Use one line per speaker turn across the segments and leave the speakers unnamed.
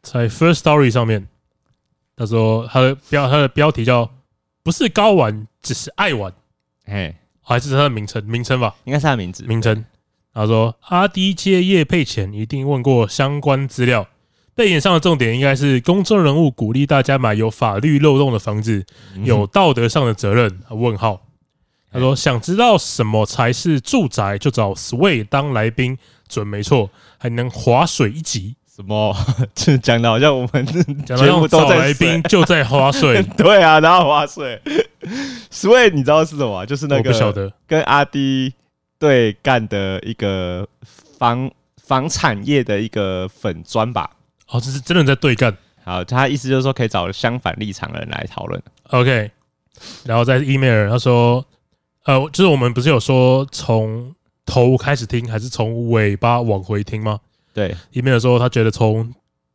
在 First Story 上面，他说他的标他的标题叫不是高玩，只是爱玩，哦
哎，
还是他的名称名称吧
应该是他的名字。
名称。他说阿迪接业配前一定问过相关资料。被演上的重点应该是公众人物鼓励大家买有法律漏洞的房子，
嗯
有道德上的责任。问号。他说：“想知道什么才是住宅，就找 Sway 当来宾，准没错，还能划水一集。
什么？ 就讲的好像我们
讲到
节目
用
都
找
在
来宾就在划 水，
对啊，然后划水。 所以你知道是什么啊？就是那
我不晓
个
得。
跟阿迪对干的一个房房产业的一个粉砖吧。
哦，这是真的在对干。
好，他意思就是说可以找相反立场的人来讨论。
OK，然后在 email 他说，呃，就是我们不是有说从头开始听，还是从尾巴往回听吗
对，
？email 说他觉得从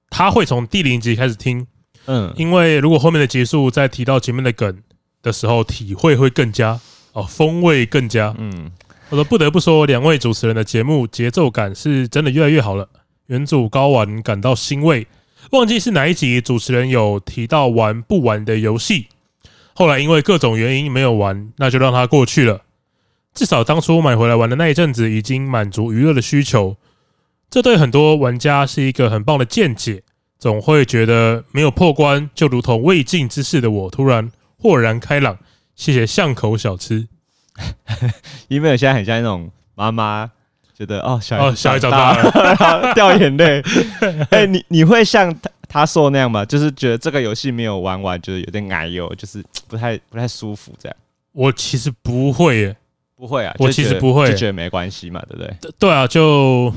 他会从第零集开始听，
嗯，
因为如果后面的结束再提到前面的梗的时候，体会会更加哦，风味更佳。
嗯，
我说不得不说，两位主持人的节目节奏感是真的越来越好了。原主高玩感到欣慰，忘记是哪一集主持人有提到玩不玩的游戏，后来因为各种原因没有玩，那就让它过去了。至少当初买回来玩的那一阵子，已经满足娱乐的需求，这对很多玩家是一个很棒的见解。总会觉得没有破关，就如同未尽之事的我突然豁然开朗。谢谢巷口小吃。
因为我现在很像那种妈妈，觉得哦，小孩
哦小孩长
大
大
了，然后 掉眼 泪。哎、你你会像他他说那样吗？就是觉得这个游戏没有玩完，就是有点奶油，就是不太不太舒服这样。
我其实不会耶，
不会啊，
我
就觉得
其实不会
就觉得没关系嘛，对不对？
对对啊，就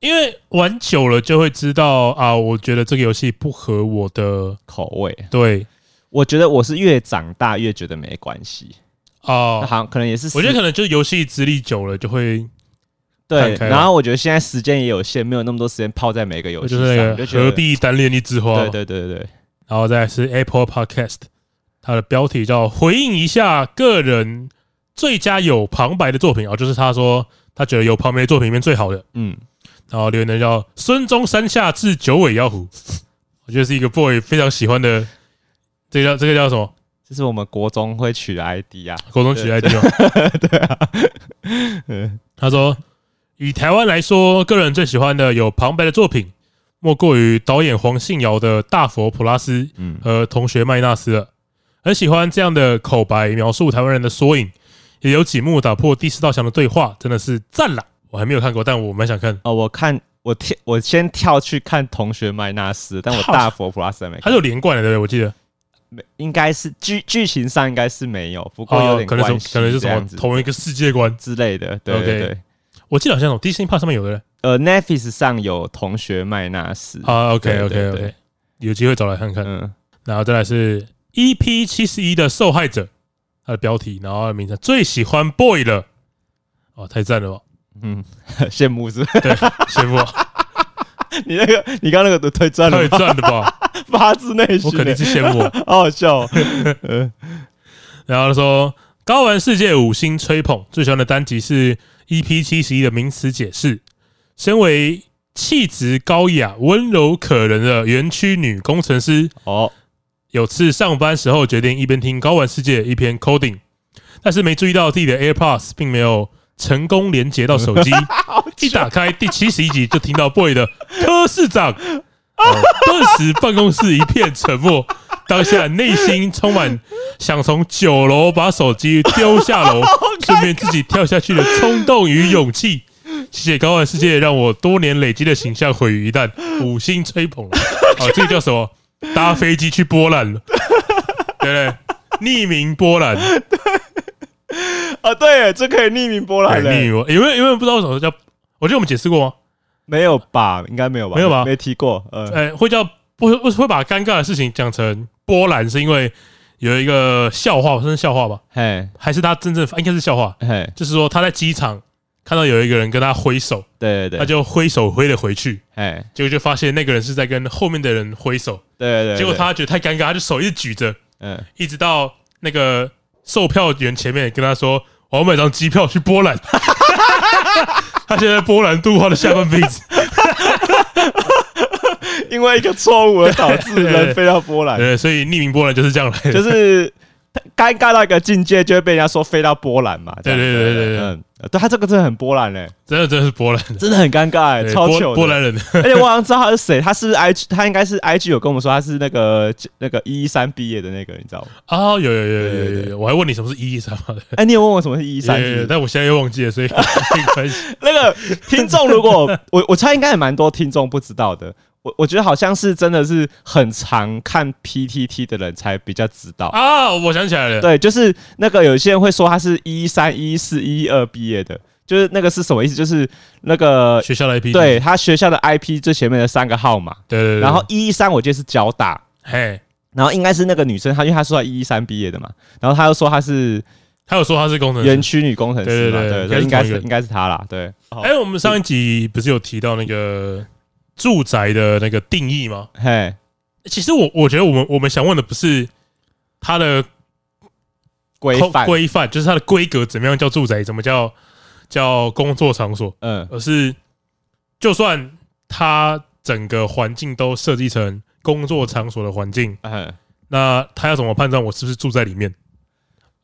因为玩久了就会知道啊，我觉得这个游戏不合我的
口味，
对
我觉得我是越长大越觉得没关系，
啊
那，好像可能也是时，
我觉得可能就是游戏资历久了就会
对
看。开了
然后我觉得现在时间也有限，没有那么多时间泡在每个游戏
就
上，
是那
就
个
觉得
啊何必啊单恋一枝花，
对对对对对，
然后再来是 Apple Podcast，它的标题叫“回应一下个人最佳有旁白的作品”，哦，就是他说他觉得有旁白的作品里面最好的。
嗯，
然后留言的叫“孙中山下至九尾妖狐”，我觉得是一个 boy 非常喜欢的，这个叫这个叫什么？
这是我们国中会取的 ID 啊，
国中取 ID 吗？
对 啊，
他说，以台湾来说，个人最喜欢的有旁白的作品，莫过于导演黄信尧的《大佛普拉斯》
嗯
和《同学麦纳斯》了。很喜欢这样的口白描述台湾人的缩影，也有几幕打破第四道墙的对话，真的是赞啦！我还没有看过，但我蛮想看。
哦，我看我跳，我先跳去看同学麦纳斯，但我
跳
大佛普拉斯还没
它
看，
是有连贯的，对不对？我记得
没应该是剧剧情上应该是没有，不过有
哦，
点
可能
关
是
系，
可能是
这
什么
样子
同一个世界观。
之类的，对
OK
对对。
我记得好像有 Disney Plus 上面有的
呃，Netflix 上有同学麦纳斯，
啊。OK
对
OK
对对
OK，有机会找来看看。
嗯，
然后再来是 EP 七十一的受害者，它的标题，然后它的名称最喜欢 boy 了，哦，太赞了吧，
嗯，羡慕是不是？
对，羡慕啊，
你那个，你刚刚那个推断
太
了吗，
赞了吧，
发自内
我
心
肯定
的，
是羡慕啊。
好好笑 哦。
然后他说高玩世界五星吹捧，最喜欢的单集是 EP 七十一的名词解释。身为气质高雅、温柔可人的园区女工程师，
哦，
有次上班时候决定一边听高玩世界一边 coding，但是没注意到自己的 AirPods 并没有成功连接到手机。一打开第七十一集就听到 boy 的柯市长，呃顿时办公室一片沉默。当下内心充满想从九楼把手机丢下楼，顺便自己跳下去的冲动与勇气。谢谢高玩世界让我多年累积的形象毁于一旦，五星吹捧了。哦，这个叫什么？搭飞机去波兰了，对不对？匿名波兰，对
啊，对耶，这可以匿名波兰
匿
的，
名波，因为因为不知道为什么叫，我觉得我们解释过吗？
没有吧？应该没有吧？
没有吧
没提过。呃，
呃，会叫不会会把尴尬的事情讲成波兰，是因为有一个笑话，算是笑话吧，
嘿，
还是他真正应该是笑话，
嘿，
就是说他在机场看到有一个人跟他挥手，
对对
他啊
对，
就挥手挥了回去，
嘿，
结果就发现那个人是在跟后面的人挥手，
对对对，
结果他觉得太尴尬，他就手一直举着，
嗯，
一直到那个售票员前面跟他说：“我要买张机票去波兰。” 他现在波兰度化的下半辈 子，
因为一个错误而导 致人飞到波兰，
对，所以匿名波兰就是这样来 的。
哎 就是尴尬到一个境界，就会被人家说飞到波兰嘛。这样
对对对对对
嗯，对他这个真的很波兰嘞，
真的真的是波兰的，
真的很尴尬，欸
对
哎超
波
糗。
波，兰 人的，
而且我好像知道他是谁，他是不是 IG，他应该是 IG 有跟我们说他是那个那个一一三毕业的那个，你 知道吗？
哦，有有有有
对
有有，我还问你什么是一一三嘛？
哎，你有问我什么是一一
一
三？
但我现在又忘记了，所以 没关 系。
那个听众，如果我我猜应该也蛮多听众不知道的。我我觉得好像是真的是很常看 PTT 的人才比较知道。
啊，我想起来了，
对，就是那个有些人会说他是一三、一四、一二毕业的，就是那个是什么意思？就是那个
学校的 IP，
对他学校的 IP 最前面的三个号码，
对对对，
然后一三我记得是交大，
嘿，
然后应该是那个女生，她因为她说她一三毕业的嘛，然后她又说她是
他有说他是工程师。
园区女工程师嘛，
对对对
对，所以应该
应该是同一
是
个
应该是她啦，对，
哎，我们上一集不是有提到那个住宅的那个定义吗？
嘿，
其实我我觉得我们我们想问的不是它的
规范，
规范，就是它的规格怎么样叫住宅，怎么叫叫工作场所，
嗯
而是就算它整个环境都设计成工作场所的环境，
嗯，
那它要怎么判断我是不是住在里面？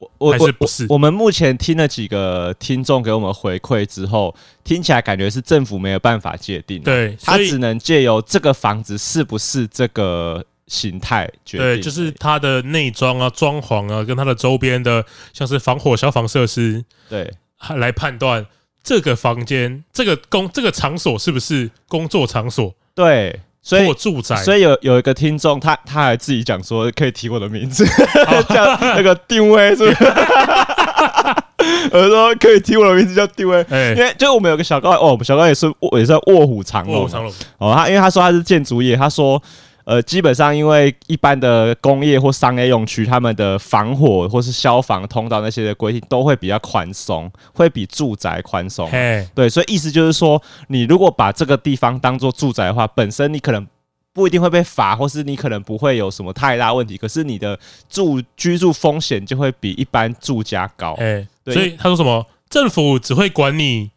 我我
还是
我
不是
我们目前听了几个听众给我们回馈之后，听起来感觉是政府没有办法界定的，啊
对，
嗯它
所
只
以
能借由这个房子是不是这个形态决定而已。
对，就是它的内装啊、装潢啊，跟它的周边的像是防火消防设施
对
啊来判断这个房间、这个工、这个场所是不是工作场所
对，所以
或住宅。
所以有有一个听众，他他还自己讲说可以提我的名字，
哦
这样那个定位是不 是？我说可以提我的名字叫定位，
哎
因为就是我们有个小高哦，我们小高也是也是在卧虎藏
卧
龙
虎
嘛
藏龙，
哦，他因为他说他是建筑业，他说。呃，基本上因为一般的工业或商业用区，他们的防火或是消防通道那些的规定都会比较宽松，会比住宅宽松。
嘿，
对，所以意思就是说，你如果把这个地方当做住宅的话，本身你可能不一定会被罚，或是你可能不会有什么太大问题，可是你的住居住风险就会比一般住家高。
哎，
哦对
所以他说什么？政府只会管你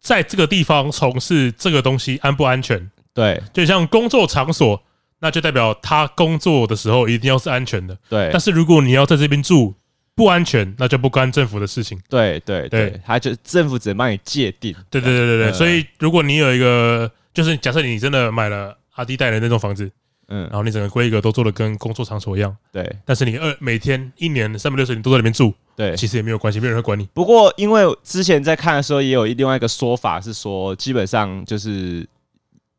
在这个地方从事这个东西安不安全，
对
就像工作场所，那就代表他工作的时候一定要是安全的。
对
但是如果你要在这边住不安全，那就不关政府的事情。
对对
对
对，他就政府只能帮你界定。
对对对对对，
嗯
所以如果你有一个，就是假设你真的买了阿迪带的那栋房子，
嗯
然，后你整个规格都做的跟工作场所一样，
对
但是你二每天一年三百六十天都在里面住，
对。
其实也没有关系，没有人会管你。
不过，因为之前在看的时候，也有另外一个说法是说，基本上就是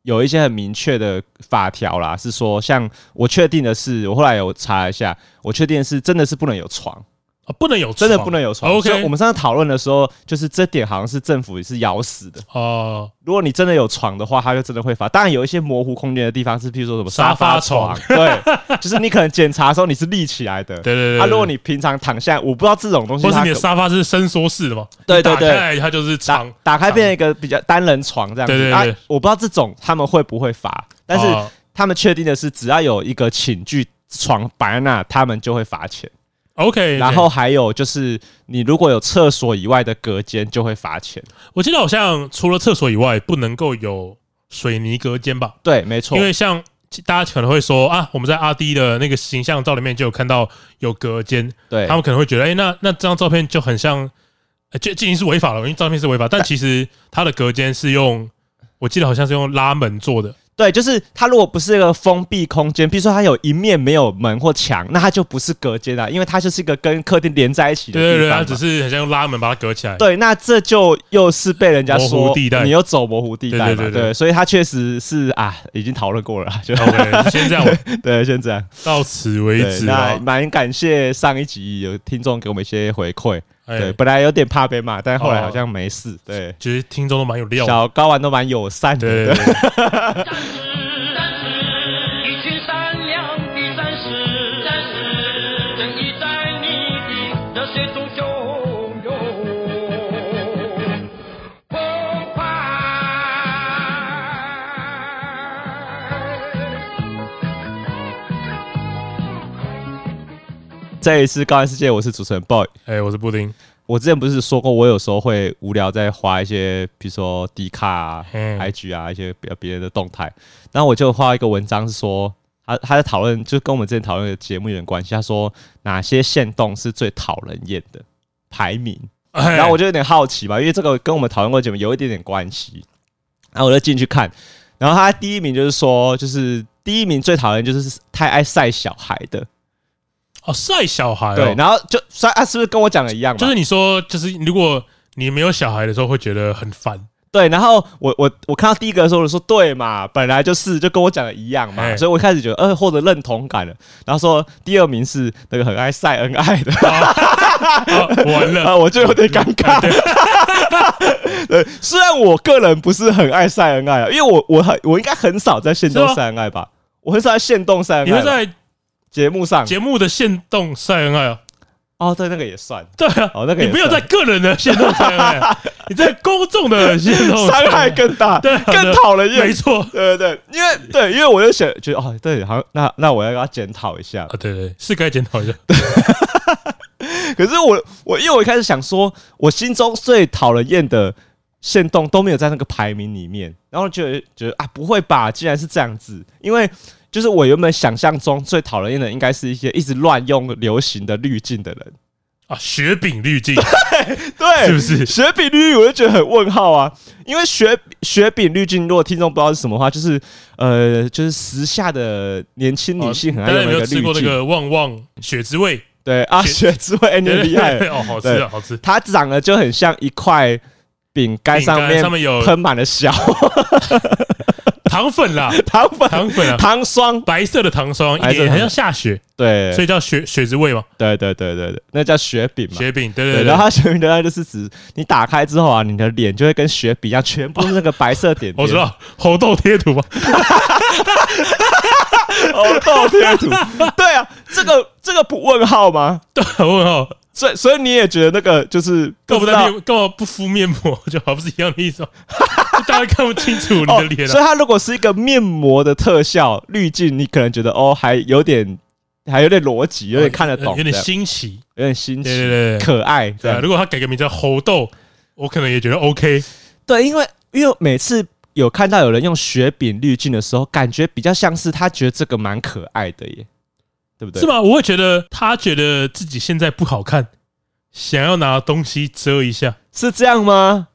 有一些很明确的法条啦，是说像我确定的是，我后来有查一下，我确定的是真的是不能有床，
啊，不能有床，
真的不能有床。
OK
所以我们上次讨论的时候，就是这点好像是政府是咬死的。
哦，
如果你真的有床的话，它就真的会罚。当然有一些模糊空间的地方是，譬如说什么
沙发
发床，对， 就是你可能检查的时候你是立起来的。
对对对。
啊，
对
如果你平常躺下，我不知道这种东西
或
它可，
是你的沙发是伸缩式的嘛，
对对
打
对
开来它就是
打
长，
打开变成一个比较单人床这样子。
对对
啊
对，
我不知道这种他们会不会罚，但是
哦
他们确定的是，只要有一个寝具床摆在那，他们就会罚钱。
OK，
然后还有就是，你如果有厕所以外的隔间，就会罚钱。
我记得好像除了厕所以外，不能够有水泥隔间吧？
对，没错
因，为像大家可能会说啊，我们在阿 D 的那个形象照里面就有看到有隔间，
对
他，们可能会觉得，哎、那那这张照片就很像，呃这、这已经是违法了，因为照片是违法，但其实它的隔间是用，我记得好像是用拉门做的，
对，就是它如果不是一个封闭空间，比如说它有一面没有门或墙，那它就不是隔间啊啦，因为它就是一个跟客厅连在一起的
对
地
对对，
方
它
嘛。
只是很像用拉门把它隔起来，
对，那这就又是被人家
模糊
说
地带
你又走模糊地带嘛，
对对对对
所以它确实是啊，已经讨论过 了啦，就
，OK，先这样，
对，先这样。
到此为
对，
止
那
啊。
蛮感谢上一集有听众给我们一些回馈，
哎哦
对，，本来有点怕被骂，但后来好像没事。对，
其实听众都蛮有料的，
小高玩都蛮友善的。
对
对
对对，
战士，战士，一群善良的战士，战士，正义在你的热血中汹涌澎湃。
这一次高玩世界，我是主持人 boy。
哎，我是布丁，
我之前不是说过，我有时候会无聊在划一些，比如说 D 卡啊、
嗯
IG 啊一些比较别人的动态，然后我就画一个文章是说，他他在讨论，就跟我们之前讨论的节目有点关系。他说哪些线动是最讨人厌的排名，
哎
然后我就有点好奇嘛，因为这个跟我们讨论过的节目有一点点关系，然后我就进去看，然后他第一名就是说，就是第一名最讨厌就是太爱晒小孩的，
哦晒小孩哦，
对，然后就晒啊，是不是跟我讲的一样嘛？
就是你说，就是如果你没有小孩的时候，会觉得很 烦，
对，然后我我我看到第一个的时候，我说对嘛，本来就是就跟我讲的一样嘛，
哎
所以我一开始觉得呃获得认同感了。然后说第二名是那个很爱晒恩爱的，
啊哦完了，
啊 ，我就有点尴尬。 对，虽然我个人不是很爱晒恩爱啊，因为我我很我应该很少在线动
是吗
晒恩爱吧，我很少在线动晒恩
你会
爱
在
吧，节目上
节目的限动晒恩爱啊？
哦，对，那个也算
对啊，
哦那个也
你没有在个人的限动晒 恩爱啊，你在公众的限动晒
伤
恩
害更大，
对啊
更讨人厌
没。错啊，
对对对，因为对，因为我就想觉得哦，对，好像那那我要跟他检讨一下，
对对，是该检讨一下，
可是我我因为我一开始想说，我心中最讨人厌的线动都没有在那个排名里面，然后就觉得觉得啊，不会吧，竟然是这样子，因为。就是我原本想象中最讨人厌的，应该是一些一直乱用流行的滤镜的人，
啊，雪饼滤镜，
对，
是不是
雪饼滤镜我就觉得很问号啊，因为雪雪饼滤镜，如果听众不知道是什么的话，就是呃，就是时下的年轻 女性很
哦大
爱
家
用
有没
那个
有
滤
吃过那
镜，
个旺旺雪之味？
对啊，
雪
雪之味，哎你很厉
对，
害
对对哦，好吃啊，
对
好吃。
它长得就很像一块饼干，上
饼干
面
上面有
喷满了小
糖粉啦，
糖粉、
糖粉啊，
糖霜，
白色的糖霜，
白色的
也
糖
很像下雪，
对，
所以叫雪雪之味嘛，
对对对对对，那叫雪饼嘛。
雪饼，对
对，
对
然后它雪饼的话就是指你打开之后啊，你的脸就会跟雪饼一样，全部是那个白色点点。
我知道红豆贴图嘛，
哦，倒贴图。对啊，这个这个不问号吗？
对，问号，
所以所以你也觉得那个就是
干
不
嘛不在
知道
面干嘛不敷面膜， 就好不是一样的意思吗？就 大家看不清楚你
哦
的脸
所
啊。
以它如果是一个面膜的特效滤镜，你可能觉得哦，还有点还有点逻辑，有点看得懂，
有点
这样
新奇，
有点新奇，
对对对对
可爱这
对啊。
样。
如果他改个名叫猴豆，我可能也觉得 OK。
对，因为因为每次有看到有人用雪饼滤镜的时候，感觉比较像是他觉得这个蛮可爱的耶，对不对？
是？吗？我会觉得他觉得自己现在不好看，想要拿东西遮一下，
是这样吗？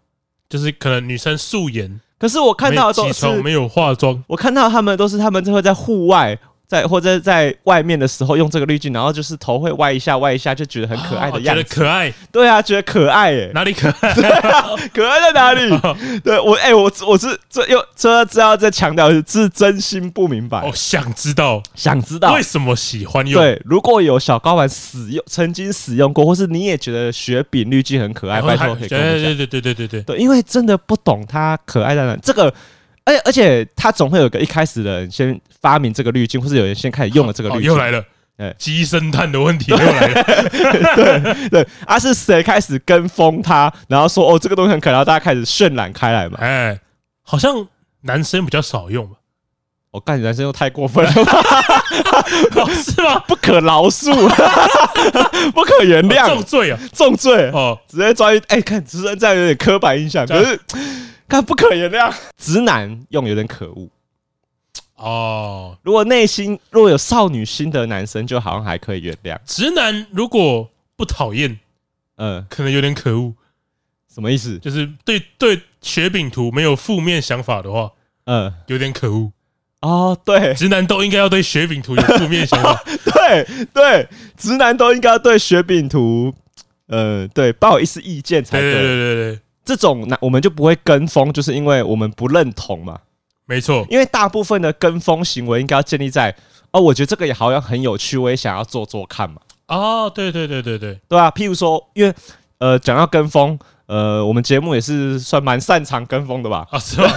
就是可能女生素颜，
可是我看到的
没
都
有起
是，
床没有化妆，
我看到他们都是他们就会在户外。在或者在外面的时候用这个滤镜，然后就是头会歪一下歪一下，就觉得很可爱的
哦
样
觉得
子。
可爱，
对啊，觉得可爱耶、
哪里可爱？
可爱在 哪里？对我哎、我我是这又这这要再强调，一次是真心不明白，
我哦想知道
想知道
为什么喜欢用，
对，如果有小睾丸使用曾经使用过，或是你也觉得雪饼滤镜很可爱，
然后
拜
还
托可以跟我们
对
讲。
对对对对对对，
对，因为真的不懂它可爱在哪。这个，而而且它总会有个一开始的人先发明这个滤镜，或是有人先开始用了这个
哦
滤镜。
又来了
对。
鸡生蛋的问题又来了，
对，啊是谁开始跟风它，然后说哦这个东西很可爱，然后大家开始渲染开来嘛。
哎，好像男生比较少用吧？
我、哦、干，男生又太过分了吧，
哦是吗？
不可饶恕， 不可原
哦
谅
重，罪啊！
重罪。
哦，
直接抓一哎、看直男这样有点刻板印象，
对啊
可是看不可原谅，直男用有点可恶。
哦，
如果内心如果有少女心的男生，就好像还可以原谅。
直男如果不讨厌，
嗯，
可能有点可恶。
什么意思？
就是对对雪饼图没有负面想法的话，
嗯，
有点可恶。
哦，对
直男都应该要对雪饼图有负面想法。
对对，直男都应该对雪饼图，呃，对，抱有一丝意见才
对
对。
对对对对，
这种男我们就不会跟风，就是因为我们不认同嘛。
没错。
因为大部分的跟风行为应该要建立在哦，我觉得这个也好像很有趣，我也想要做做看嘛。
哦，对对对对对，
对啊，譬如说，因为呃，讲到跟风，呃，我们节目也是算蛮擅长跟风的吧？
啊， 是吧？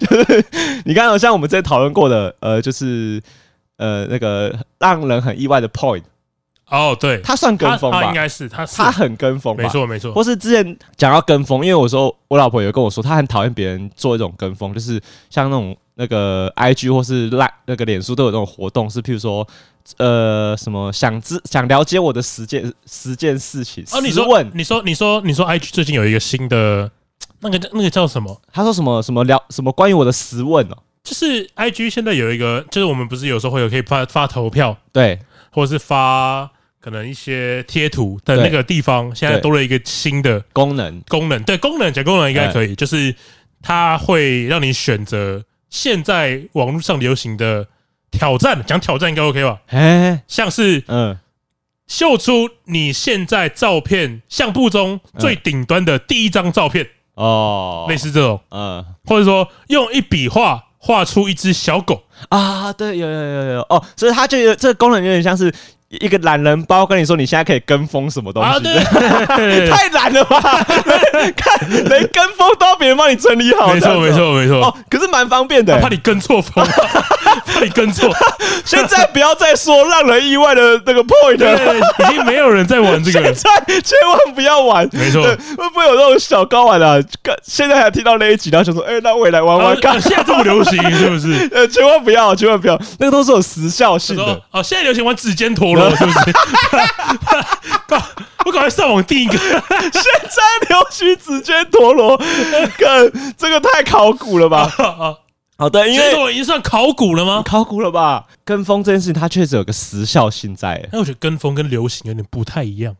就是你刚刚有像我们之前讨论过的，呃，就是呃那个让人很意外的 point，
哦，对，
他算跟风
他
吧
应？该是他是
他很跟风吧？
没错没错，
或是之前讲到跟风，因为我说我老婆有跟我说，她很讨厌别人做一种跟风，就是像那种那个 I G 或是赖那个脸书都有那种活动，是譬如说呃什么想知想了解我的十件十件事情，
哦，你
十
说
问
你说你说你说，IG 最近有一个新的那个叫那个叫什么？
他说什么什么了什么关于我的十问哦，
就是 IG 现在有一个，就是我们不是有时候会有可以发发投票，
对
或者是发可能一些贴图的
对
那个地方，现在多了一个新的
功能
功能。对，功能讲功能应该可以，就是它会让你选择现在网络上流行的挑战，讲挑战应该 OK 吧？
哎、
像是
嗯
秀出你现在照片相簿中最顶端的第一张照片，
哦
类似这种，
嗯
或者说用一笔画画出一只小狗。
啊对有有有有哦，所以他就有这个功能有点像是。一个懒人包跟你说，你现在可以跟风什么东西？
啊，对，对对
太难了 吧？看，连跟风都要别人帮你整理好，
没
这样
错
子哦
没。错没错。
哦，可是蛮方便的
他。怕你跟错 风，怕你跟错，
现在不要再说让人意外的那个 point
对，
了，
已经没有人在玩这个
现
了。
在千万不要玩。
没错
对会不会有那种小高玩啊？刚现在还听到那一集，然后想说，哎，那我也来玩
啊
玩看。
现在这么流行是不是？
呃，千万不要，千万不要，那个都是有时效
他
性
说
的。哦
哦，现在流行玩指尖陀螺是不是？ 我赶快上网订一个，
现在流行指尖陀螺，看这个太考古了吧？
啊
好的，因
指尖
为
陀螺已经算考古了吗？
考古了吧？跟风这件事情，它确实有个时效性在。欸
哎那我觉得跟风跟流行有点不太一样，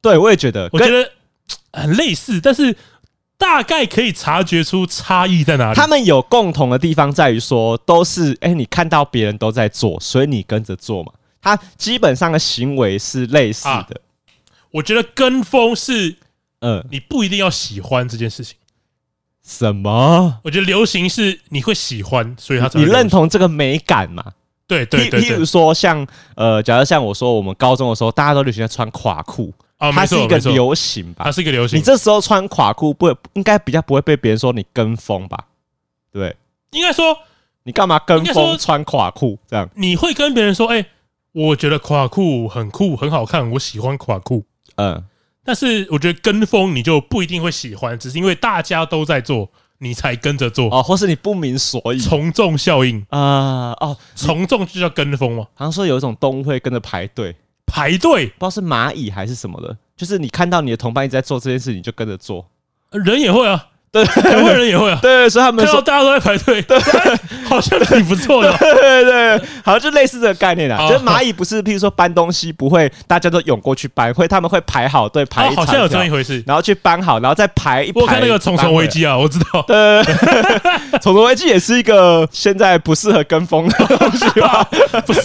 对，我也觉得，
我
跟
觉得很类似，但是大概可以察觉出差异在哪里
他。们有共同的地方在于说，都是哎、你看到别人都在做，所以你跟着做嘛。他基本上的行为是类似
啊
的，
我觉得跟风是
嗯，
你不一定要喜欢这件事情，
什么？
我觉得流行是你会喜欢，所以他才
你
会
认
流行
同这个美感嘛？
对对对
譬譬
对
如说像呃，假如像我说，我们高中的时候，大家都流行在穿垮裤，
啊，
它
没
是一
错
个
没错，
流行吧
它？是一个流行。
你这时候穿垮裤不应该比较不会被别人说你跟风吧？对，
应该说
你干嘛跟
应该
风
说
穿垮裤这样？
你会跟别人说，哎、我觉得垮裤很酷，很好看，我喜欢垮裤。
嗯，
但是我觉得跟风你就不一定会喜欢，只是因为大家都在做，你才跟着做。
哦，或是你不明所以
从众效应，
啊、哦，
从众就叫跟风嘛，
好像说有一种动物会跟着排队。
排队
不知道是蚂蚁还是什么的，就是你看到你的同伴一直在做这件事，你就跟着做。
人也会啊，
对
台湾人也会啊，
对，所以他们
看到
说，
大家都在排队，哎好像挺不错的。
对对对，好像就类似这个概念啦。
哦
就是蚂蚁不是，譬如说搬东西不会大家都涌过去搬，会他们会排好队，排
啊，
一
好像
长
有这样一
条
回事。
然后去搬好，然后再排一排。
我有看那个《虫虫危。机》啊，我知道。
呃，对对对虫虫危机也是一个现在不适合跟风的东西吧？
不是，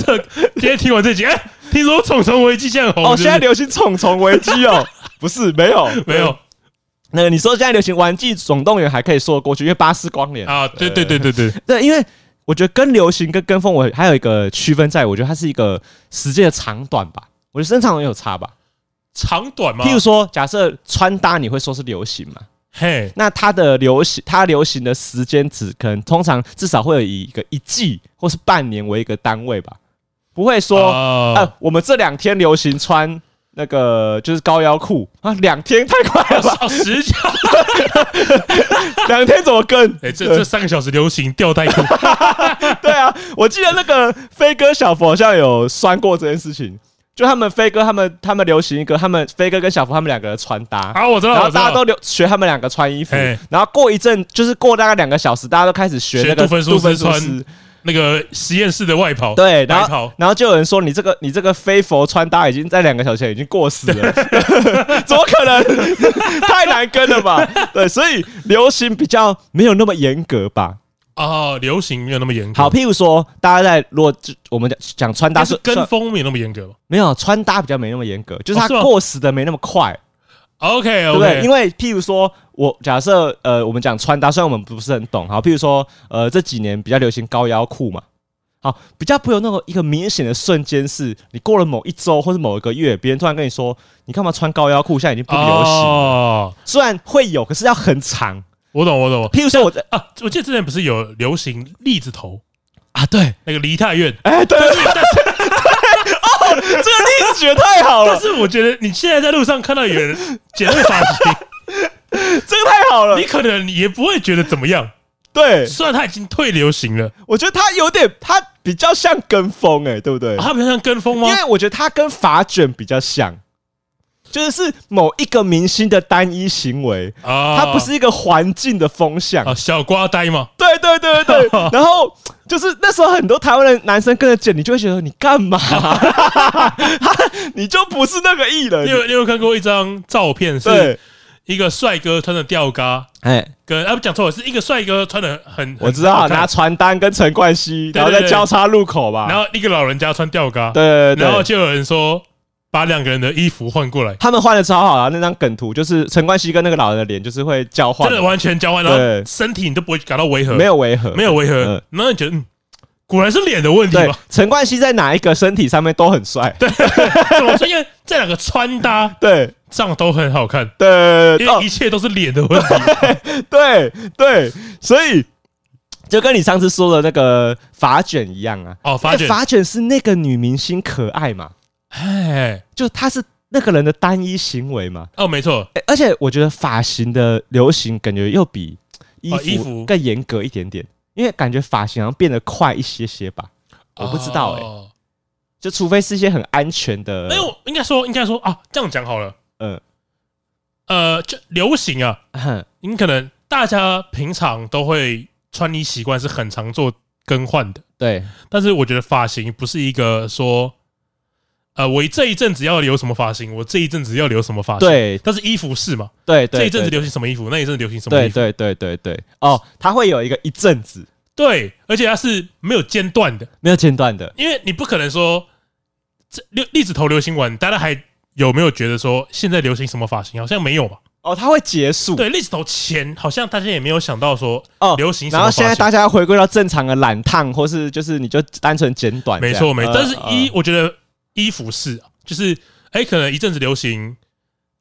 今天听完这集，哎、听说《虫虫危机》现在很红，
哦，
是
现
不是
在流行虫虫危机哦，不是没有
没有
那个你说现在流行《玩具总动员》还可以说得过去，因为巴斯光年
啊？对对对对对，
对，因为我觉得跟流行跟跟风，我还有一个区分在，我觉得它是一个时间的长短吧。我觉得身长也有差吧。
长短嘛，
譬如说，假设穿搭，你会说是流行嘛？
嘿，
那它的流行，它流行的时间只可能通常至少会有以一个一季或是半年为一个单位吧，不会说
哦
啊，我们这两天流行穿那个就是高腰裤啊，两天太快 了吧？
哦，时 间，
两天怎么跟？
哎，这这三个小时流行吊带 裤，
对啊，我记得那个飞哥小佛好像有酸过这件事情，就他们飞哥他们他们流行一个，他们飞哥跟小佛他们两个人穿搭。
好，啊我知
然
道，
后
我知
大家都
道，
流学他们两个穿衣服
哎，
然后过一阵就是过大概两个小时，大家都开始学
学
那个
杜芬舒
杜芬
斯
舒
穿
斯，
那个实验室的外袍，
对，然
白
后
袍，
然后就有人说你这个你这个非佛穿搭已经在两个小时前已经过时 了，怎么可能？ 太难跟了吧？对，所以流行比较没有那么严格吧。
哦，流行没有那么严格，
好，，譬如说，大家在如果就我们讲讲穿
嗯
搭
但是
是
跟
算
风没有那么严格吧
没有穿搭比较没那么严格，就是
哦
它
是吗
过时的没那么快，
？OK
对不对？因
OK，
为譬如说我假设呃，我们讲穿搭，虽然我们不是很懂，好，譬如说呃这几年比较流行高腰裤嘛，哦，比较不会有那种一个明显的瞬间，是你过了某一周或是某一个月，别人突然跟你说，你干嘛穿高腰裤？现在已经不流行。
哦，
虽然会有，可是要很长。
我懂，我懂。我
譬如说我在
啊，我记得之前不是有流行栗子头
啊，对，
那个梨泰院，
哎、对对对对， 哦，这个例子举得太好了
但，是我觉得你现在在路上看到有人剪那个发 型，
这个太好了
你。可能也不会觉得怎么样，
对，
虽然它已经退流行了，
我觉得他有点，他比较像跟风、哎，对不对？
啊它比较像跟风吗
因？为我觉得他跟发卷比较像，就是是某一个明星的单一行为，
啊，
它不是一个环境的风向。
啊小瓜呆嘛，
对对对 对对，然后就是那时候很多台湾的男生跟着剪，你就会觉得你干 嘛？你就不是那个艺
你有
人。
你有看过一张照片，是
对，
一个帅哥穿着吊嘎，
哎，
跟啊不讲错了，是一个帅哥穿的很，很
我知道
好看
拿传单跟陈冠希，
对对
然后再
对
交叉路口吧。
然后一个老人家穿吊嘎，
对对对，
然后就有人说把两个人的衣服换过来，
他们换的超好啊！那张梗图就是陈冠希跟那个老人的脸，就是会交换
真，的完全交换，然
对
后身体你都不会感到违和，
没有违和，
没有违和
嗯，
然后你觉得嗯，果然是脸的问题
对
吧？，
陈冠希在哪一个身体上面都很帅。 对
怎么说？因为这两个穿搭
对
上都很好看，
对
因
对哦
为一切都是脸的问 题。
对对，所以就跟你上次说的那个发卷一样啊。
哦，发觉
那，发卷是那个女明星可爱嘛，
哎，
就她是那个人的单一行为嘛。哎
哦，没错，
诶而且我觉得发型的流行感觉又比衣
哦衣
服
服
更严格一点点，因为感觉发型好像变得快一些些吧。我不知道哎、
哦
就除非是一些很安全的，
没有，应该说，应该说啊，这样讲好了。
嗯
呃，就流行啊，
哼
你可能大家平常都会穿衣习惯是很常做更换的，
对
但是我觉得发型不是一个说，呃，我这一阵子要留什么发型，我这一阵子要留什么发型。，
对
但是衣服是嘛？
对对，
这一阵子
对
流行什么衣服，那一阵子流行什么
对
衣服？
对对对对，哦，它会有一个一阵子
对，而且它是没有间断的，
没有间断的，
因为你不可能说这栗栗子头流行完，大家还有没有觉得说现在流行什么发型？好像没有吧？
哦，它会结束，
对，栗子头前好像大家也没有想到说
哦，
流行什
然
么发
后现在
型。
大家要回归到正常的懒烫，或是就是你就单纯剪短这
没
样，
错，没错。
呃
但是衣，
呃
我觉得衣服是啊，就是哎、可能一阵子流行，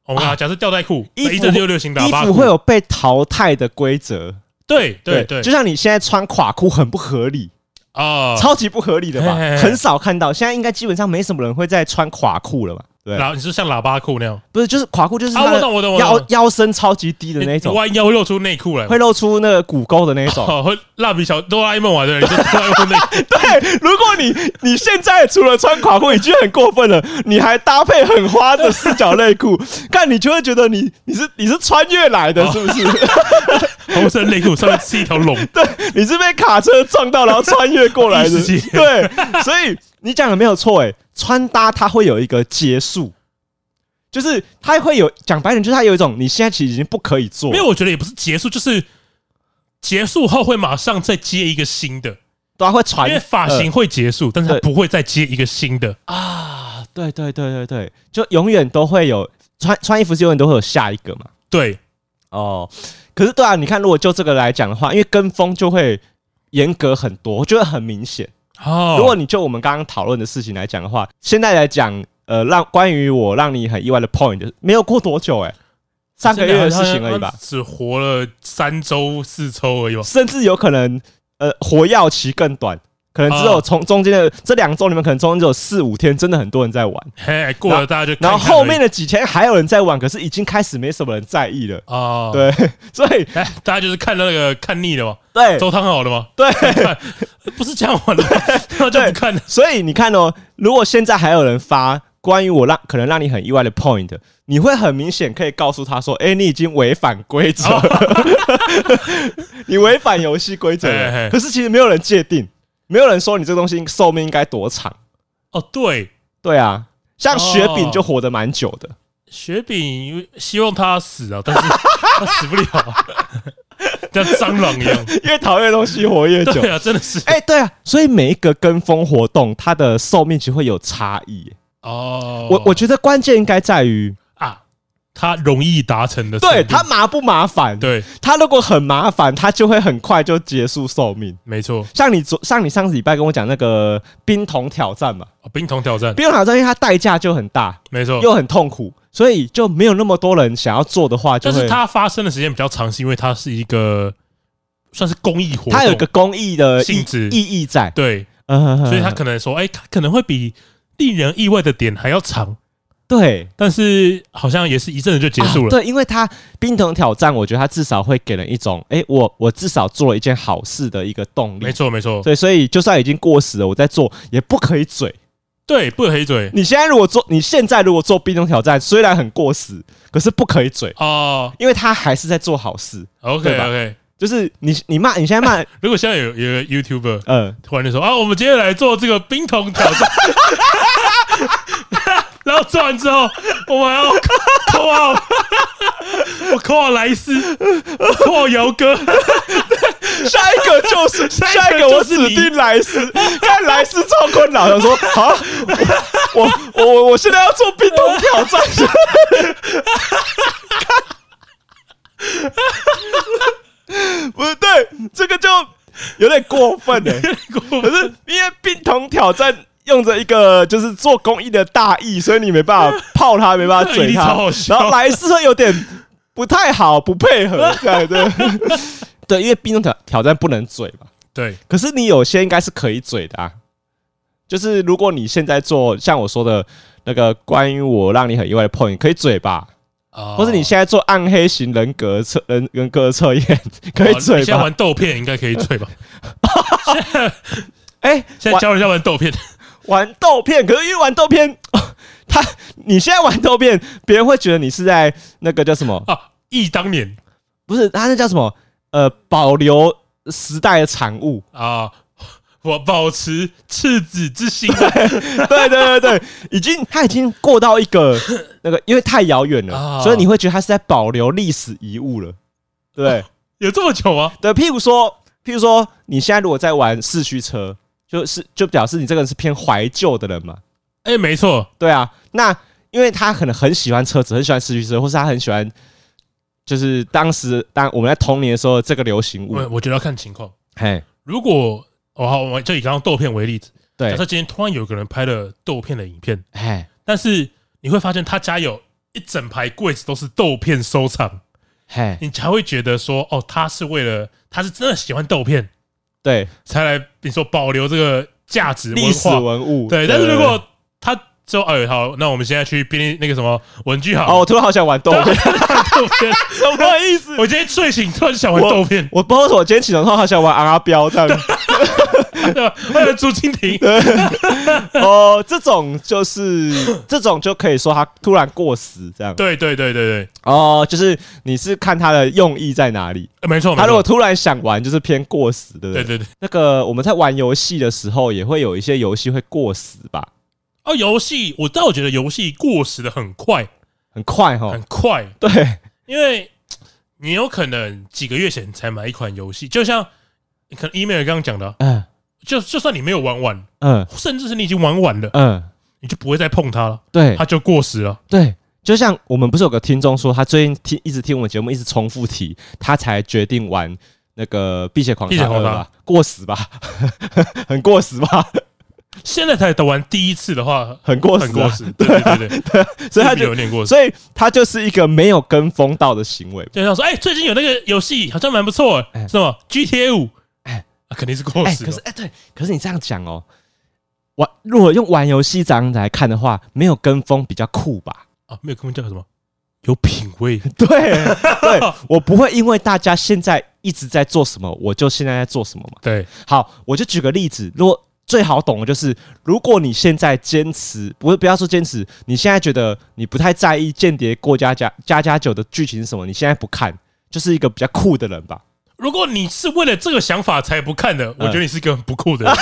我们啊，假设吊带裤，
衣服
那一阵子又流行喇叭
衣
裤，
服会有被淘汰的规则，
对对对，
就像你现在穿垮裤很不合理，
啊，
超级不合理的吧
嘿嘿，嘿
很少看到，现在应该基本上没什么人会再穿垮裤了吧？对，
然后你是像喇叭裤那样，
不是就是垮裤就是
啊
它
我懂我懂我
的
懂
腰腰身超级低的
你
那一
你
种，
弯腰会露出内裤来嘛，
会露出那个骨沟的那一种。
哦，会蜡笔小哆啦 A 梦嘛，对不对，你就哆啦 A 梦内裤，
对，如果你你现在除了穿垮裤已经很过分了，你还搭配很花的四角内裤， 看你就会觉得你你是你是穿越来的，是不是？
红色内裤上面是一条龙，
对，你是被卡车撞到然后穿越过来
异
的
世界。
对，所以你讲的没有错，哎，穿搭它会有一个结束。就是它会有讲白点，就是它有一种你现在其实已经不可以做，
因为我觉得也不是结束，就是结束后会马上再接一个新的，
它啊会传
因为发
呃
型会结束，但是它不会再接一个新的，
啊，对对对对对，就永远都会有穿穿衣服是永远都会有下一个嘛。
对，
哦，可是对啊，你看，如果就这个来讲的话，因为跟风就会严格很多，就会很明显。
哦，
如果你就我们刚刚讨论的事情来讲的话，现在来讲，呃，让关于我让你很意外的 point，没有过多久、欸，上个月的事情而已吧，
只活了三周四周而已吧。
甚至有可能，呃，活药期更短。可能只有
啊
从中间的这两周里面，可能中间只有四五天，真的很多人在玩。
嘿，过哎了大家就看
然后
看
后面
的
的几天还有人在玩，可是已经开始没什么人在意了。
哦，，
对， 所以
哎，大家就是看那个看腻了嘛，
对
周汤好了嘛，
对，
不是讲完了吗，然后就不看了。
所以你看哦，如果现在还有人发关于我让可能让你很意外的 point，你会很明显可以告诉他说：“哎、你已经违反规则，
哦
你违反游戏规则
嘿
了。”
嘿
可是其实没有人界定，没有人说你这个东西寿命应该多长。
哦，对，
对啊，像雪饼
哦
就活得蛮久的。
雪饼希望他死啊，但 是他死不了啊， 像蟑螂一样。
越讨厌的东西活越久
对。啊，真的是
哎、对啊，所以每一个跟风活动，它的寿命其实会有差异。
哦。
我我觉得关键应该在于
啊，它容易达成的程度。
对它麻不麻烦？，
对，
它如果很麻烦，它就会很快就结束寿命。
没错，
像你昨像你上次礼拜跟我讲那个冰桶挑战嘛，
啊冰桶挑战，
冰桶挑战因为它代价就很大，
没错。
又很痛苦，所以就没有那么多人想要做的话，就
但
会
是它发生的时间比较长，是因为它是一个算是公益活动，
它有一个公益的意
性质
意义在，
对，
嗯，
所以他可能说，哎、他可能会比令人意外的点还要长，
对
但是好像也是一阵子就结束
啊
了。
对，因为它冰桶挑战，我觉得它至少会给人一种，哎，我我至少做了一件好事的一个动
没
力。
错，没错，
对，所以就算已经过时了，我在做也不可以嘴。
对，不黑嘴
你现在如果做，你现在如果做冰桶挑战，虽然很过时，可是不可以嘴，
哦。
因为他还是在做好事。
OK
对吧
OK，
就是你你骂你现在 骂，
如果现在有有个 YouTuber
嗯，
突然就说啊，我们今天来做这个冰桶挑战， 然后做完之后，我们要扣好， 我扣好莱斯，我扣好姚哥，
下一个就 是
下一个
下一个，我
就是
指
你
定莱斯，看莱斯超困扰，想说啊，我我我我现在要做冰桶挑战， 不是对，这个就 有点过分了、可是因为冰桶挑战。用着一个就是做公益的大义，所以你没办法泡他，没办法
一
嘴
定
他
超好，笑
然后莱斯会有点不太好，不配合这样对。 对，因为冰桶挑挑战不能嘴嘛。
对，
可是你有些应该是可以嘴的啊，就是如果你现在做像我说的那个关于我让你很意外的 point，可以嘴吧？
啊
哦或者你现在做暗黑型人格测人人格测验，可以
哦
嘴
你现在
吧
玩？豆片应该可以嘴 吧？
哎，
现在
玩
教人家玩豆片，
玩豆片，可是因为玩豆片， 他你现在玩豆片，别人会觉得你是在那个叫什么？
啊，忆当年
不是，他那叫什么？呃，保留时代的产物。
啊，我保持赤子之心。啊
对对对 对，已经他已经过到一个那个，因为太遥远了，
啊
所以你会觉得他是在保留历史遗物了，对不对？
有这么久吗？
对，譬如说，譬如说，你现在如果在玩四驱车，就是就表示你这个人是偏怀旧的人嘛，
哎、没错，
对啊。那因为他可能很喜欢车子，很喜欢四驱车，或是他很喜欢，就是当时当我们在童年的时候这个流行物，
我我觉得要看情况。
嘿，
如果哦好，我们就以刚刚豆片为例子，假
对
设，今天突然有个人拍了豆片的影片，
嘿，
但是你会发现他家有一整排柜子都是豆片收藏，
嘿，
你才会觉得说哦，他是为了他是真的喜欢豆片
对，
才来，比如说保留这个价值
历
文
史
化。
文物，
对，但是如果他说哎好，那我们现在去便利那个什么文具
哦，
行
我，突然好想玩豆
对啊
片，
豆片，
什么意思？
我今天睡醒突然想玩豆片，
我不知道为什么今天起床后好想玩阿拉标这样。
对吧？为了竹蜻蜓，
哦，这种就是这种就可以说它突然过时这样。
对对对对对，
哦，就是你是看它的用意在哪里。
呃没错，没
他如果
错，
突然想玩，就是偏过时，对不
对对
对？
对。
那个我们在玩游戏的时候，也会有一些游戏会过时吧，
哦，游戏我倒觉得游戏过时的很快，
很快哈
很。快，
对，
因为你有可能几个月前才买一款游戏，就像可能 email 刚刚讲的啊，
嗯
就就算你没有玩完，
嗯
甚至是你已经玩完了，
嗯，
你就不会再碰它了，
对
它就过时了。
对。就像我们不是有个听众说，他最近听一直听我们节目，一直重复提，他才决定玩那个《碧血狂
碧血
杀二》
狂
吧？过时吧， 很过时吧？
现在才玩第一次的话，
很过时、啊，
很过时，对对 对对，
所以
是
他
不是
就
有点过时。
所以他就是一个没有跟风到的行为。
就像说，哎，最近有那个游戏好像蛮不错
哎，
是吗？GTA 五，
哎
哎，肯定是过
哎、
时
可是
了。
哎、对，可是你这样讲哦，玩如果用玩游戏这样子来看的话，没有跟风比较酷吧？
啊，没有跟我们讲什么，有品 味。
对，对我不会因为大家现在一直在做什么，我就现在在做什么嘛。
对，
好，我就举个例子，如果最好懂的就是，如果你现在坚持，不是不要说坚持，你现在觉得你不太在意《间谍过家家家家酒》的剧情是什么，你现在不看，就是一个比较酷的人吧。
如果你是为了这个想法才不看的，
嗯
我觉得你是一个很不酷 的人。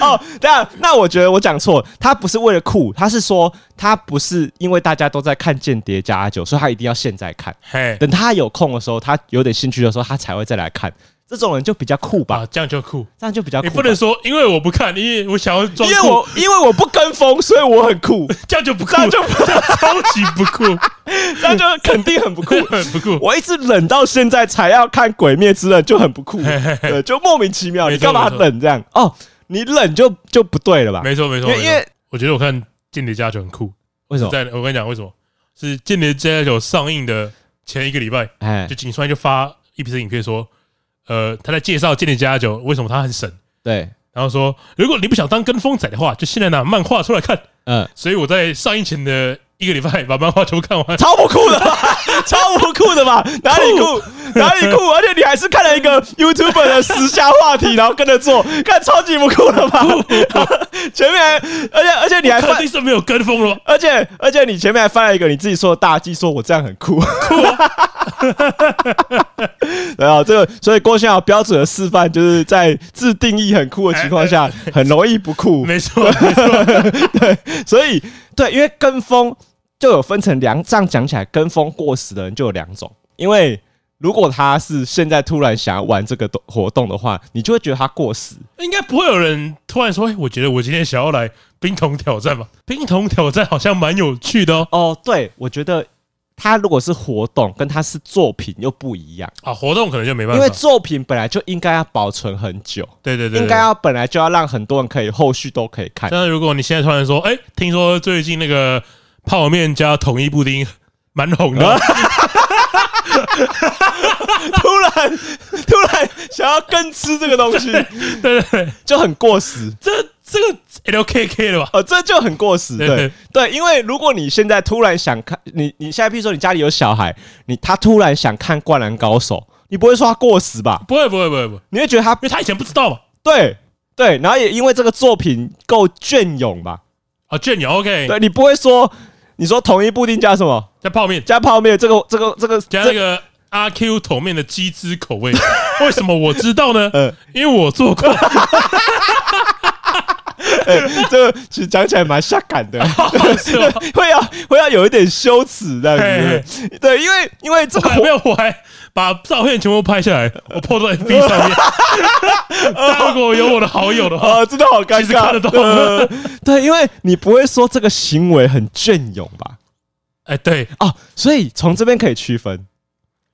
哦，对啊，那我觉得我讲错，他不是为了酷，他是说他不是因为大家都在看《间谍加九》，所以他一定要现在看，
嘿，
等他有空的时候，他有点兴趣的时候，他才会再来看。这种人就比较酷吧，
啊，这样就酷。
这样就比较酷
你
吧。
不能说，因为我不看，因为我想要装
因
酷，
为我因为我不跟风，所以我很 酷，
这样就不酷，
这样就不
这样超级不酷，
这样就肯定很不 酷。
很不酷。
我一直冷到现在才要看《鬼灭之刃》，就很不酷，对，就莫名其妙，
没
你
错
干嘛
没错
冷这样？哦，你冷就就不对了吧？
没错没
因
错，
为哦因
没错
为
我觉得我看《间谍家酒》很酷。
为什么？
在我跟你讲为什么？是《间谍家酒》上映的前一个礼拜，
哎
就，井川就发一批影片说，呃，他在介绍《间谍家酒》为什么他很神，
对，
然后说如果你不想当跟风仔的话，就现在拿漫画出来看。
嗯，
所以我在上映前的一个礼拜把漫画全部看完。
超不酷的 吧，超不酷的吧？哪里酷？哪里酷？而且你还是看了一 个 YouTuber 的时下话题，然后跟着做，看超级不酷的吧？ 前面还，而且而且你还
肯
翻
定，是没有跟风了吧？
而且而且你前面还翻了一个你自己说的大忌，说我这样很酷。 对啊，这个所以郭先生标准的示范就是在自定义很酷的情况下，很容易 不酷。
没错，没错，
所以对，因为跟风就有分成两，这样讲起来，跟风过时的人就有两种。因为如果他是现在突然想要玩这个动活动的话，你就会觉得他过时。
应该不会有人突然说：“哎，我觉得我今天想要来冰桶挑战吧。”冰桶挑战好像蛮有趣的哦。
哦，对，我觉得他如果是活动，跟他是作品又不一样，
啊，活动可能就没办
因
法
为，作品本来就应该要保存很久，
对对对，对
应该。要本来就要让很多人可以后续都可以看。
但是如果你现在突然说：“哎，听说最近那个泡面加统一布丁蛮红 的，
突然，突然想要跟吃这个东西，
对对对，
就很过时。
这这个 LKK 了吧？
哦，这就很过时，
对
对对，因为如果你现在突然想看，你你现在譬如说你家里有小孩，你他突然想看《灌篮高手》，你不会说他过时吧？
不会不会不会不会，
你会觉得他
因为他以前不知道嘛。
对对，然后也因为这个作品够隽永吧？
啊，卷鸟 OK，
对你不会说你说同一布丁加什么
加泡面
加泡面，这个这个这个
加
这
那个阿 Q 桶面的鸡汁口味，为什么我知道呢？
呃，
因为我做过。
哎这个其实讲起来蛮下 感
哎
的。
是吗？
会要会要有一点羞耻这样子，对，因为因为这
我
个
还没有，我还把照片全部拍下来，我 po 到 FB 上面。大 家如果有我的好友的话，
啊，真的好尴
其实
尬。
看得懂
呃 对，因为你不会说这个行为很隽永吧？
哎，对
哦，所以从这边可以区分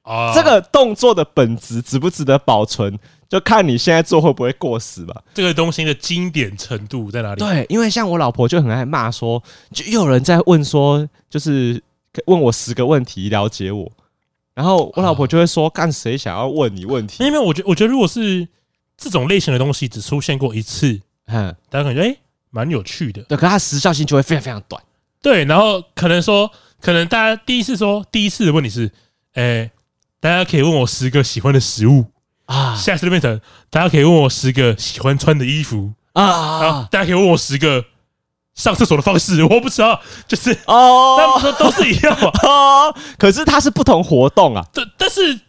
啊，
这个动作的本质值不值得保存，就看你现在做会不会过时吧。
这个东西的经典程度在哪里？
对，因为像我老婆就很爱骂说，就又有人在问说，就是问我十个问题了解我，然后我老婆就会说，干谁想要问你问题？
因为我觉我觉得如果是这种类型的东西只出现过一次，
嗯，
大家感觉哎蛮有趣的。
对，可它时效性就会非常非常短。
对，然后可能说，可能大家第一次说第一次的问题是，哎，大家可以问我十个喜欢的食物，
啊
下次就变成大家可以问我十个喜欢穿的衣服，然后
啊
大家可以问我十个上厕所的方式， 我不知道，就是他们
哦，
说都是一样嘛
哦，可是它是不同活动啊，
但但是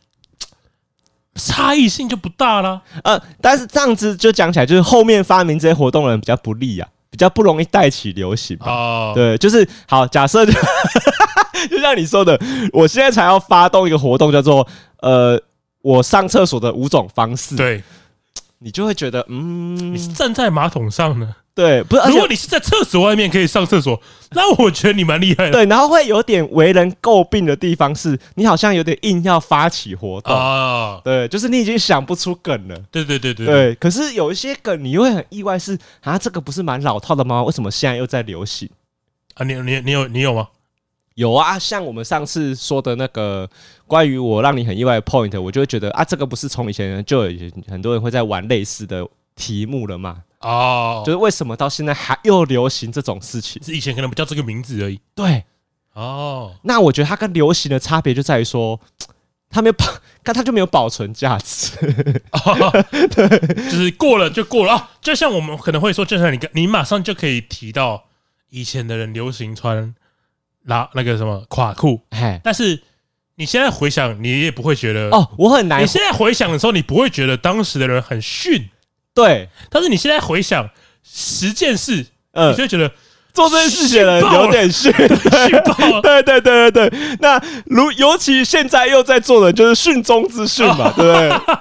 差异性就不大啦。
呃，但是这样子就讲起来，就是后面发明这些活动的人比较不利啊，比较不容易带起流行吧。
哦，
啊对，就是好，假设就就像你说的，我现在才要发动一个活动，叫做呃，我上厕所的五种方式。，
对，
你就会觉得嗯
你，是站在马桶上呢，
对，不是，而
如果
且
你是在厕所外面可以上厕所，那我觉得你蛮厉害的
对，然后会有点为人诟病的地方是，你好像有点硬要发起活动，
啊。
对，就是你已经想不出梗了。
对对对对对，
对，可是有一些梗你会很意外是，啊，这个不是蛮老套的吗？为什么现在又在流行？
啊，你你你有你有吗？
有啊，像我们上次说的那个关于我让你很意外的 point，我就会觉得啊，这个不是从以前就有很多人会在玩类似的题目了嘛？
哦，
就是为什么到现在还又流行这种事情？
是以前可能不叫这个名字而已。
对，
哦，
那我觉得它跟流行的差别就在于说，它没有保，看它就没有保存价值。
就是过了就过了啊。就像我们可能会说，就像你刚，你马上就可以提到以前的人流行穿拉那个什么垮裤，
哎，
但是你现在回想，你也不会觉得。
哦，我很难
你现在回想的时候，你不会觉得当时的人很逊，
对，
但是你现在回想十件事，
嗯
你就会觉得
做这件事情的人
气爆了
有点逊。呃
逊爆了。
对对对对 对，那如尤其现在又在做的就是训中之训嘛，对不对？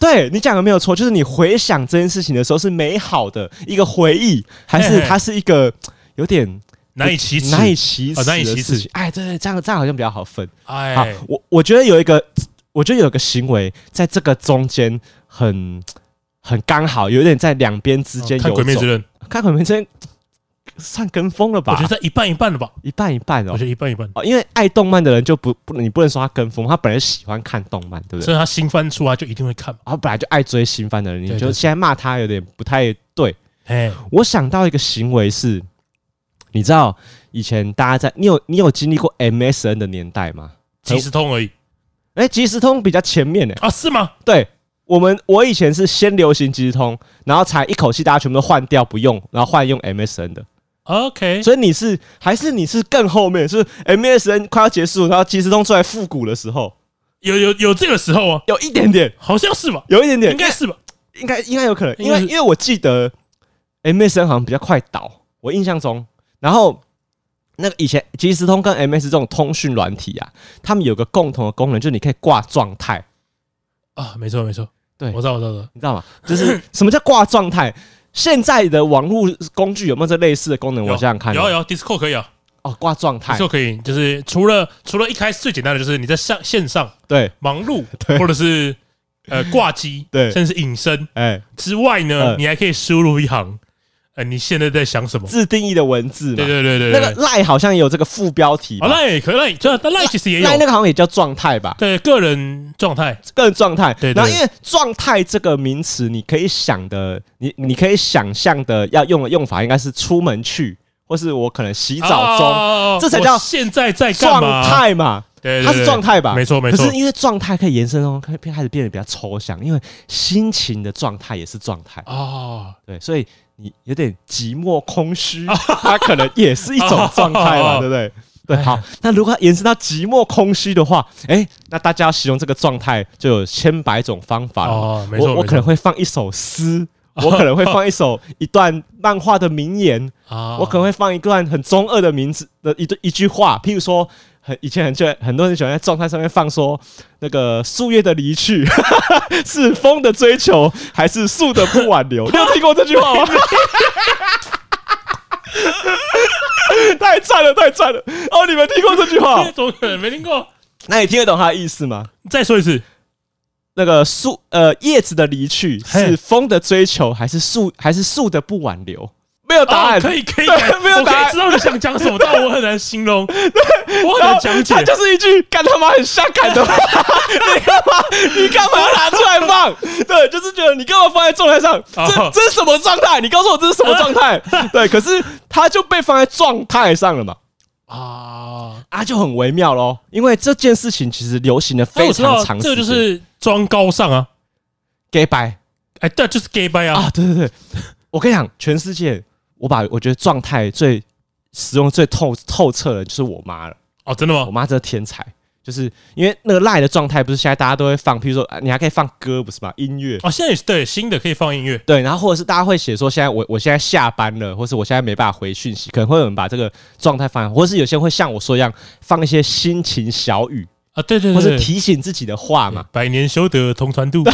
对你讲的没有错，就是你回想这件事情的时候是美好的一个回忆，还
嘿
是
嘿
它是一个有点
难以启 齿，
难以启齿
哦难以
的
启
事
齿
情？哎，对对，这样这样好像比较好分。好
哎，，
我我觉得有一个，我觉得有个行为在这个中间很很刚好，有点在两边之间游
看《
走。
鬼灭之刃》，
哦看鬼灭之刃算跟风了吧？
我觉得在一半一半了吧，
一半一半
我
哦
觉。得一半一半。
哦，因为爱动漫的人就不不，你不能说他跟风，他本来就喜欢看动漫，对不对？
所以他新翻出来就一定会看嘛。
然后本来就爱追新番的人，
对
你
对
就现在骂他有点不太对。
哎，
我想到一个行为是，你知道以前大家在你有你有经历过 MSN 的年代吗？
即时通而已
哎、即时通比较前面呢、
啊？是吗？
对我们，我以前是先流行即时通，然后才一口气大家全部都换掉不用，然后换用 MSN 的。
啊 OK，
所以你是还是你是更后面，是 MSN 快要结束，然后即时通出来复古的时候，
有有有这个时候啊，
有一点点，
好像是吧？
有一点点，
应该是吧？
应该应该有可能，
应
因
该
为
是
因为我记得 MSN 好像比较快倒，我印象中，然后。那个以前即时通跟 MS 这种通讯软体啊，他们有个共同的功能，就是你可以挂状态，
啊，没错没错，
对
我知道我知道我知道。
你知道 吗？就是什么叫挂状态？现在的网络工具有没有这类似的功能？我
有
想想看，
有有 Discord 可以啊
哦，挂状态，
，Discord 可以，就是除了除了一开始最简单的就是你在上线上
对，
忙碌，
对
或者是 呃挂机，
对
甚至是隐身
哎，
之外呢，
嗯
你还可以输入一行，呃，你现在在想什么？
自定义的文字
对
嘛。
对对对
那个
对。
赖好像也有这个副标题吧，
好，那也可以，那也这那那其实也
赖那
有
个好像也叫状态吧，
对个人状态，
个人状态。
对对
然后因为状态这个名词，你可以想的，你你可以想象的要用的用法，应该是出门去，或是我可能洗澡中。
中
这才叫
现在在哦哎干
状
嘛？
态嘛，
对，对
它是状，态吧？
没错没错
可是因为状态可以延伸哦，开开始变得比较抽象，因为心情的状态也是状态
对。哦，
对，所以你有点寂寞空 虚，它可能也是一种状态
哦
嘛，对不对？对，好，那如果它延伸到寂寞空虚的话，哎，那大家要形容这个状态就有千百种方法了。
哦没错
我
没
我
错
可能会放一首 诗，我可能会放一首一段漫画的名言，
啊
我可能会放一段很中二的名字的一段一句话，譬如说。很以前很就很多人喜欢在状态上面放说，那个树叶的离去 是风的追求，还是树的不 挽留？你有听过这句话吗？太赞了，太赞了！哦，你们听过这句 话
这？怎么可能没听过？
那你听得懂他的意思吗？
再说一次，
那个树呃叶子的离去
嘿
是风的追求，还是树还是树的不挽留？没有答案，
哦可以可以，
对
可以
没有
我可
答
以
案
知道你想讲 什么，但我很难形容，我很难讲解
它。就是一句干他妈很下 感的话，你干嘛？你干嘛要拿出来放？对，就是觉得你干嘛放在状态上？
哦
这这是什么状态？你告诉我这是什么 状态？对，可是它就被放在状态上了嘛。
啊，
啊，就很微妙喽，因为这件事情其实流行的
那
非
我知
常
道，
长时
这个
间，
就是装高尚啊，
给白
哎，对，就是 gay bye 啊
啊，，对对对，我跟你讲，全世界，我把我觉得状态最使用最透透彻的就是我妈了。
哦，真的
我
吗？
妈真的天才，就是因为那个赖的状态，不是现在大家都会放，譬如说啊你还可以放歌，不是吗？音乐。
哦，现在也是对新的可以放音乐，
对，然后或者是大家会写说，现在我我现在下班了，或是我现在没办法回讯息，可能会有人把这个状态放，或是有些人会像我说一样放一些心情小语，
啊，对对
或
对，对
是提醒自己的话嘛，
百年修得同船渡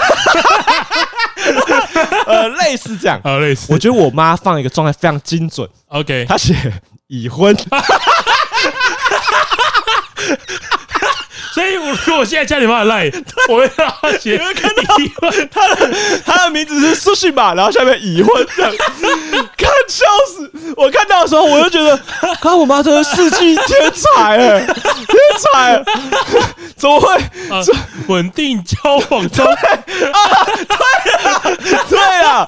呃，类似这样。
啊，类似
我觉得我妈放一个状态非常精准，
，OK，
她写已婚，
所以我如果我现在加你妈的 line，我会让他写，你
他的名字是苏信吧，然后下面已婚这样，看笑死！我看到的时候，我就觉得， 看我妈真的世纪天才哎、 天才、欸 怎么会？
啊稳定交往中，
对啊，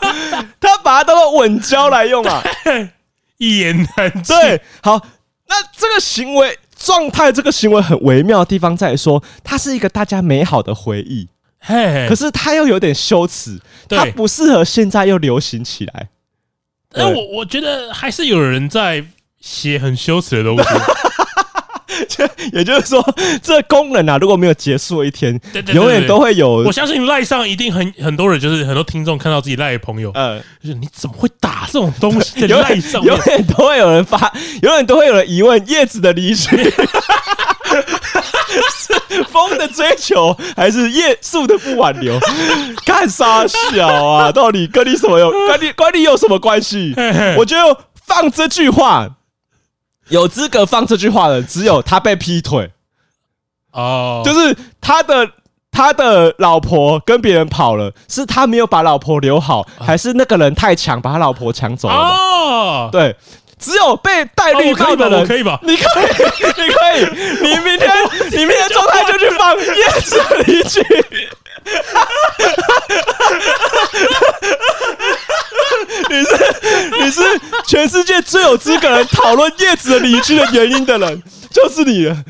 他把它当做稳交来用啊。
一言难尽，
对，好，那这个行为状态，这个行为很微妙的地方在于说，它是一个大家美好的回忆，
嘿，
可
是
是它又有点羞耻，
对
它不适合现在又流行起来。
那我我觉得还是有人在写很羞耻的东西。
也就是说，这功能啊，如果没有结束一天，
对对对
永远都会有
我相信赖上一定很很多人，就是很多听众看到自己赖的朋友，
呃，
就是你怎么会打这种东 西在
永
赖
远
上面
永？远都会有人发， 永远都会有人疑问叶子的离去，是风端的追求，还是夜宿的不挽留？ 干啥小啊？到底跟你什 么有关你关你有什么关系？我觉得放这句话，有资格放这句话的只有他被劈腿，
哦，
就是他的。他的老婆跟别人跑了，是他没有把老婆留好，
啊
还是那个人太强把他老婆抢走了？
哦，
对，只有被戴绿帽的人，
哦我可以吧我
你可以，你可以，你明 天，你明天状态就去放夜市离去。 你是你是全世界最有资格来讨论叶子的离去的原因的人，就是你了。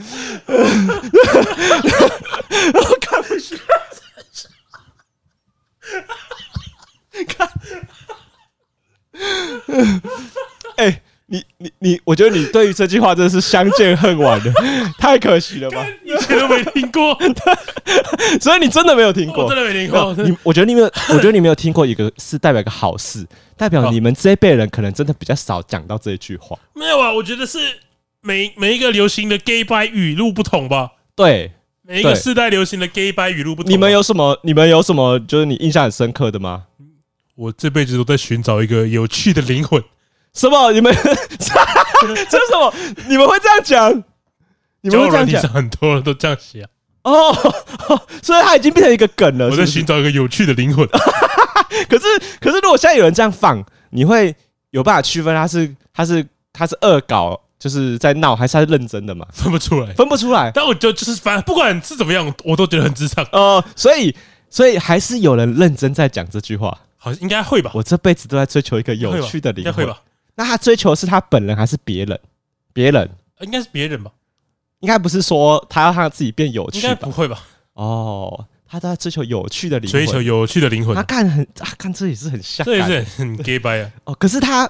我看不下去，看，哎、你你你，我觉得你对于这句话真的是相见恨晚的，太可惜了吧？
以前都没听过，
所以你真的没有听过，
我哦真的没听过
没有你我觉得你没有，我觉得你没有听过一个是代表一个好事，代
哦
表你们这一辈人可能真的比较少讲到这一句话。
没有啊？我觉得是每每一个流行的 gay bye 语录不同吧，
对，
每一个
对
世代流行的 gay bye 语录不同吧。
你们有什么？你们有什么？就是你印象很深刻的吗？
我这辈子都在寻找一个有趣的灵魂，
什么？你们 这是什么？你们会这样讲？你们
交友
会这
软
样
体
讲
上？很多人都这样写啊。
哦，所以它已经变成一个梗了。
我
是
在
不是
寻找一个有趣的灵魂，
可是可是如果现在有人这样放，你会有办法区分他是他是他是恶搞，就是在闹，还是他是认真的吗？
分不出来。
分不出来。
但我觉得就是，反正不管是怎么样，我都觉得很智障，
哦，所以所以还是有人认真在讲这句话。
好像应该会吧？
我这辈子都在追求一个
会
有
吧
趣的
应
灵
该会
魂。
吧？
那他追求的是他本人还是别人？别人
应该是别人吧？
应该不是说他要让自己变有
应
趣
该
吧
不？会吧？
哦，他都在追求有趣的灵
追
魂。
求有趣的灵魂
他，干很啊，干这也是很像，
这也是很 gay bye 啊？
哦。可是他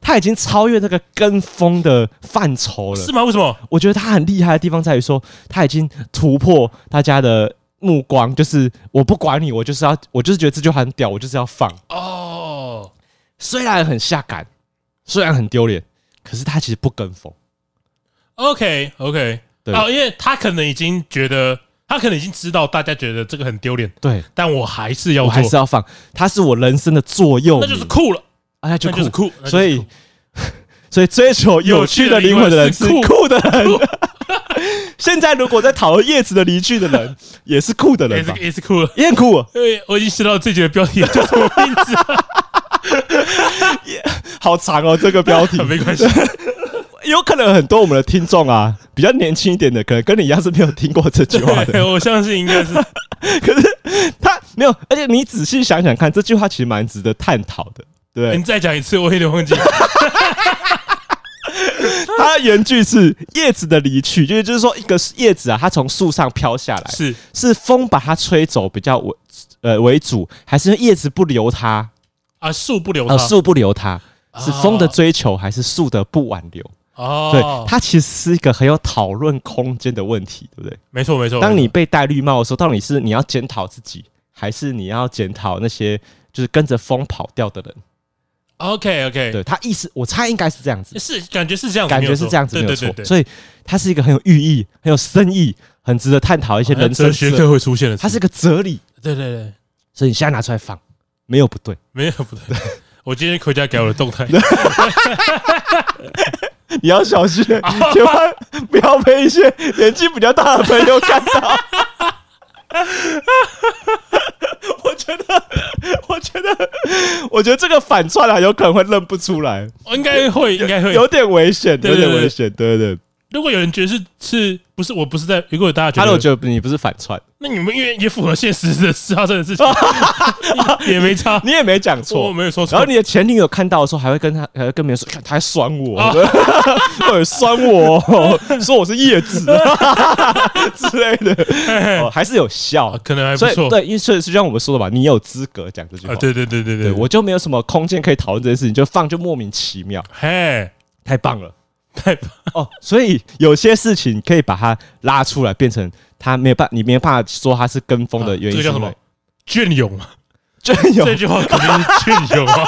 他已经超越那个跟风的范畴了
是。吗？为什么？
我觉得他很厉害的地方在于说，他已经突破大家的目光，就是我不管你，我就是要，我就是觉得这句话很屌，我就是要放。
哦，
虽然很下感，虽然很丢脸，可是他其实不跟风。
OK OK，
对
哦，因为他可能已经觉得，他可能已经知道大家觉得这个很丢脸，
对，
但我还是要
我还
做，
是要放，他是我人生的座右铭，
那就是酷了，
啊，那就
那就是
酷，
酷，那就是
所以
酷
所以追求有趣的灵魂的人是酷的人。 现在如果在讨论叶子的离去的人， 也是酷的
也
人吧
是？也是酷了。
也很酷哦，
因为我已经知道自己的标题叫什么名字了，
好长哦，这个标题
没关系，
有可能很多我们的听众啊，比较年轻一点的，可能跟你一样是没有听过这句 话
对
的。
我相信应该是
可是他没有，而且你仔细想想看，这句话其实蛮值得探讨的，对不
你
对？
再讲一次，我有点忘记。
它的原句是“叶子的离去”，就是就是说一个叶子啊，它从树上飘下来，
是
是风把它吹走比较为呃为主，还是叶子不留它，
啊，树不留
呃
它，
树不留它，是风的
啊
追求还是树的不挽留？
哦
对，，它其实是一个很有讨论空间的问题，对不对？
没错没错。
当
没
你
错
被戴绿帽的时候，到底是你要检讨自己，还是你要检讨那些就是跟着风跑掉的人？
OK OK，
对他意思，我猜应该是这样子，
是感觉是这样子，
感
没
觉
有
是
错
这样子，
对
没有
对
错
对。对。
所以它是一个很有寓意、很有深意、很值得探讨一些
好像
人生
哲学课
哲，
会出现的，
它是个哲理，
对对对，
所以你现在拿出来放，没有不对。
没有不对。我今天回家改我的动态，
你要小 心，千万不要被一些年纪比较大的朋友看到。 我觉得，我觉得，我觉得这个反串啊，有可能会认不出来，
我应该会应该会。
有点危险，
对
有
对
点
对
危险，对对对。
如果有人觉得是是不是我不是在，如果大家
他
觉
都
得，
觉得你不是反串，
那你们因为也符合现实的事发生的事情， 也也没差。
你也没讲
我
错。
没有说错，
然后你的前女友看到的时候，还会跟他，还会跟别人说，看他还酸我，
啊
对，酸 我，说我是叶子啊 之类的， 哦还是有效
啊，可能还
所
不
以
错。
对，因为所以就像我们说的嘛，你有资格讲这句话。
啊，对对对对
对
对，
我就没有什么空间可以讨论这件事情，就放就莫名其妙，
嘿，
太棒了
太
哦！所以有些事情可以把它拉出来，变成他没有办，你没有办法说他是跟风的原因
啊这个
是
叫
因
什
为、
么？隽永啊，
就
这
有
句话肯定是隽永啊。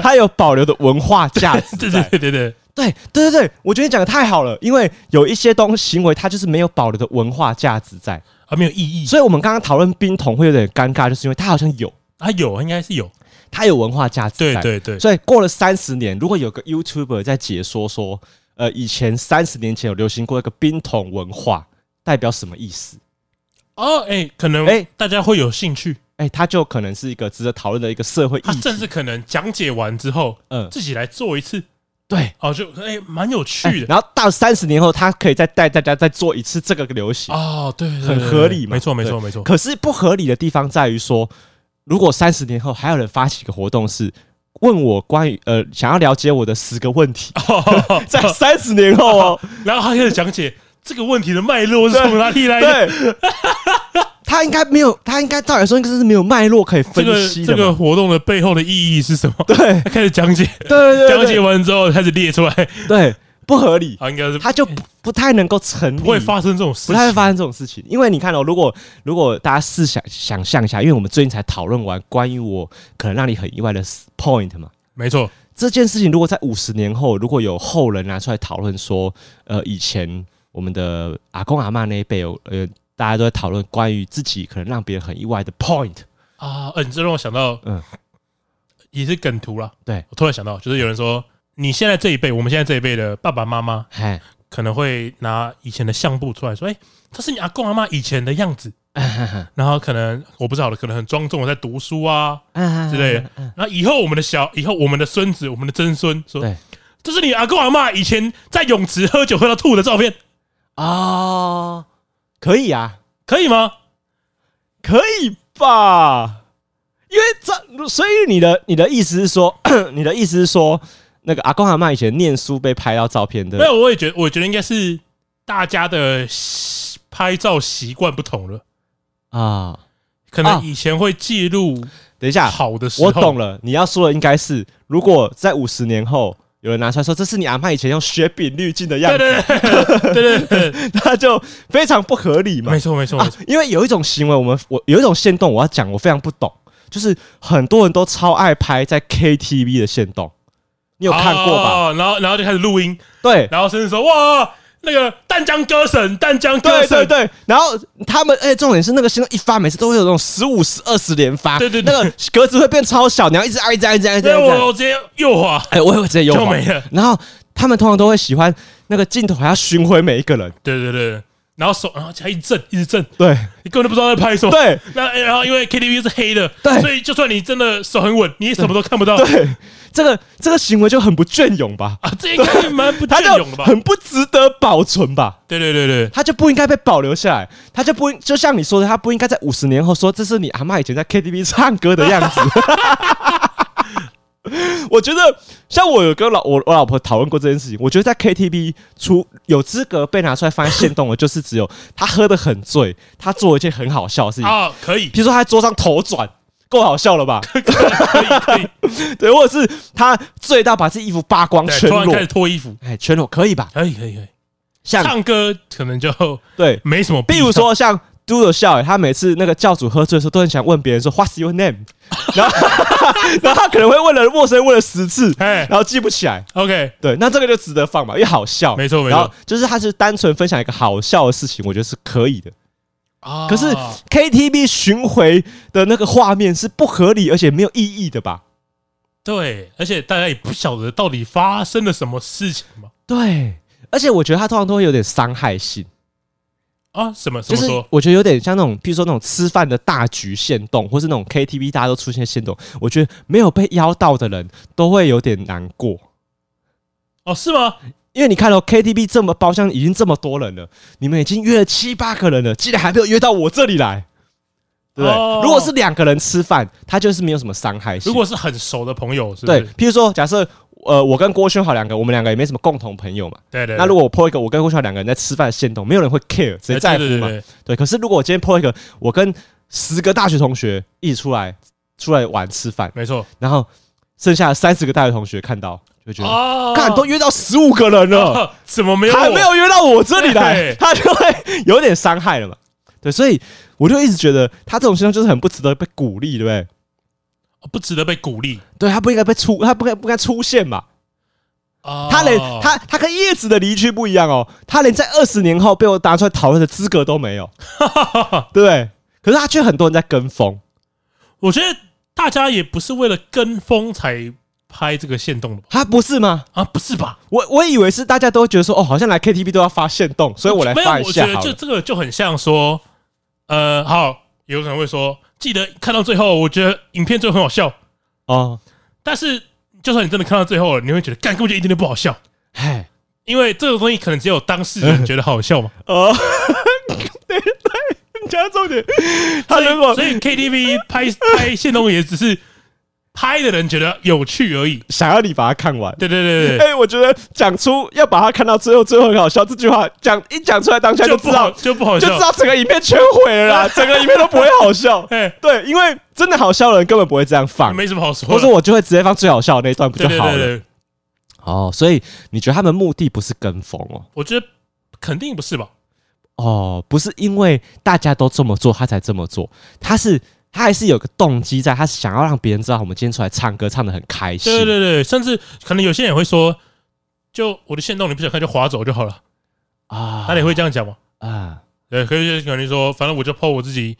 它有保留的文化价值
对
在
对对对对，
对对对对，我觉得你讲的太好了，因为有一些东西行为它就是没有保留的文化价值在，
啊，没有意义。
所以我们刚刚讨论冰桶会有点尴尬，就是因为它好像有，
啊，有，应该是有。
它有文化价值
对
在。
对对，
所以过了三十年，如果有个 YouTuber 在解说说，呃，以前三十年前有流行过一个冰桶文化，代表什么意思？
哦，哎，可能
哎
大家会有兴趣，
哎、它就可能是一个值得讨论的一个社会
他
议题。
甚至可能讲解完之后，
嗯，
自己来做一次，
对。
哦，就哎，蛮有
哎
趣的。
然后到三十年后，他可以再带大家再做一次这个流行。
哦，对，对对
很
对
合理嘛
没错，没
对
错，没错。
可是不合理的地方在于说，如果三十年后还有人发起一个活动是问我关于呃想要了解我的十个问题，
哦
在三十年后哦，
然后他开始讲解这个问题的脉络是从哪里来的。
对， 他应该没有，他应该照理说应该是没有脉络可以
这
分
个
析
这
的
个
嘛。
活动的背后的意义是什么？对，开始讲解，
对对
讲
对
解
对
完之后开始列出来，
对，对不合理，
啊，应该是
他就不不太能够成立，
不会发生这种事
不
情，
太会发生这种事情，因为你看哦，如果如果大家试想想象一下，因为我们最近才讨论完关于我可能让你很意外的 point 嘛，
没错，
这件事情如果在五十年后，如果有后人拿出来讨论说，呃，以前我们的阿公阿嬷那一辈有，呃，大家都在讨论关于自己可能让别人很意外的 point，
啊，呃，你这让我想到，嗯
嗯，
也是梗图啦。
对
我突然想到，就是有人说，你现在这一辈，我们现在这一辈的爸爸妈妈，
哎，
可能会拿以前的相簿出来说，哎、这是你阿公阿妈以前的样 子。然后可能我不知道的，可能很庄重的在读书啊之类的。
嗯
然后以后我们的小，以后我们的孙子，我们的曾孙说
对，
这是你阿公阿妈以前在泳池喝酒喝到吐的照片，
啊哦，可以啊，
可以吗？
可以吧？因为这，所以你的你的意思是说， 你的意思是说，那个阿公阿嬷以前念书被拍到照片
没
的，
有，我也觉得，我觉得应该是大家的习拍照习惯不同了，
啊，
可能
啊
以前会记录
等一下，
好的时候，
我懂了，你要说的应该是，如果在五十年后有人拿出来说这是你阿妈以前用雪饼滤镜的样
对，
子，
对对对对对 对，
那就非常不合理嘛
没。错没错没
啊
错，，
因为有一种行为，我们我有一种限动，我要讲，我非常不懂，就是很多人都超爱拍在 KTV 的限动，你有看过吧？
哦？然后然后就开始录音，
对。
然后甚至说哇，那个淡江歌神，淡江歌
对对
神，
对，然后他们，哎，重点是那个新动一发，每次都会有那种十五、十二十连发，
对对对
那个格子会变超小，你要一直按、一直按、一直按、一直
所以
按。一直按
我我直接右滑，
哎、我也会直接右
就
滑
没了。
然后他们通常都会喜欢那个镜头还要巡回每一个人，
对对对，然后手然后还一直震一直震，
对
你根本就不知道在拍什么。
对
那哎然后因为 KTV 是黑的，
对
所以就算你真的手很稳，你也什么都看不到
对，这个这个行为就很不隽永吧，
啊，这应该是蛮不
他
隽
就
永的吧？
很不值得保存吧。
对对对对，
他就不应该被保留下来，他就不应就像你说的，他不应该在五十年后说这是你阿嬷以前在 KTV 唱歌的样子。 我觉得，像我有跟老我我老婆讨论过这件事情，我觉得在 KTV 出有资格被拿出来放在现动的，就是只有他喝得很醉，他做一件很好笑的事情，
啊，可以
比如说他在桌上头转，够好笑了吧？
可以可以，
对，或者是他醉到把自己衣服扒光
对，
全
突然
裸
开始，脱衣服，
哎，全裸可以吧？
可以可以可以，
像
唱歌可能就
对，
没什么必
比
要，
如说像 Doodle 笑、欸，他每次那个教主喝醉的时候，都很想问别人说 What's your name？然后 然后他可能会问了陌生人问了十次，
哎
然后记不起来。
，OK，
对，那这个就值得放嘛，因为好笑，
没错没错
然后就是他是单纯分享一个好笑的事情，我觉得是可以的。
啊
可是 KTV 巡回的那个画面是不合理而且没有意义的吧？
对，而且大家也不晓得到底发生了什么事情嘛。
对，而且我觉得他通常都会有点伤害性。
啊，什么怎
就
么
是
说？
我觉得有点像那种，譬如说那种吃饭的大局限动，或是那种 KTV 大家都出现限动，我觉得没有被邀到的人都会有点难过，
哦，是吗？
因为你看到、KTV 哦这么包厢已经这么多人了，你们已经约了七八个人了，竟然还没有约到我这里来，对不对？
哦
如果是两个人吃饭，他就是没有什么伤害性。
如果是很熟的朋友，是不
对
是？，
譬如说假设。呃，我跟郭轩好两个，我们两个也没什么共同朋友嘛。
对对。
那如
果
果我 po 一个我跟郭轩好两个人在吃饭的线动，没有人会 care，谁在乎
对对
嘛？
对，
对，可是如果我今天 po 一个，我跟十个大学同学一起出来出来玩吃饭，
没错。
然后剩下三十个大学同学看到，就会觉得，
哦
看、都约到十五个人了，
啊怎么没有我？
还没有约到我这里来
对，
他就会有点伤害了嘛。对，所以我就一直觉得他这种现象就是很不值得被鼓励，对不对？
啊不值得被鼓励
对他不应该被出，他不该不该出现嘛。
哦
啊他连他他跟叶子的离去不一样哦，他连在二十年后被我拿出来讨论的资格都 没有，对不对？可是他却很多人在跟风，
我觉得大家也不是为了跟风才拍这个限动的吧？
他不是吗？
啊，不是吧？
我我以为是大家都会觉得说，哦，好像来 KTV 都要发现动，所以我来
没有
发一
我觉
下
得
好
就
了。
这个就很像说，呃，好，有可能会说，记得看到最后，我觉得影片最后很好笑，
哦，
但是就算你真的看到最后了，你会觉得干根本就一点都不好笑，
哎，
因为这个东西可能只有当事人觉得好 笑嘛。
哦，对对，你讲到重点，他
所以
如果
所以 KTV 拍 拍现动也只是拍的人觉得有趣而已。
想要你把它看完，
对对对对
哎、我觉得讲出要把它看到最后，最后很好笑这句话，讲一讲出来当下
对，
就
就
知
不
道
好，就不好
就
笑
知。道整个影片全毁了 啦，整个影片都不会好笑。
哎，
对，因为真的好笑的人根本不会这样放，
没什么好说的。
或者我就会直接放最好笑的那一段不
对
就
对
好了？
对对，
哦，所以你觉得他们目的不是跟风哦？
我觉得肯定不是吧？
哦，不是因为大家都这么做，他才这么做，他是他还是有个动机在，他是想要让别人知道我们今天出来唱歌唱的很开心。
对对对，甚至可能有些人会说，就我的线动你不想看就划走就好了，
啊，
他也会这样讲嘛？
啊，
对，可以可能说，反正我就 po 我自己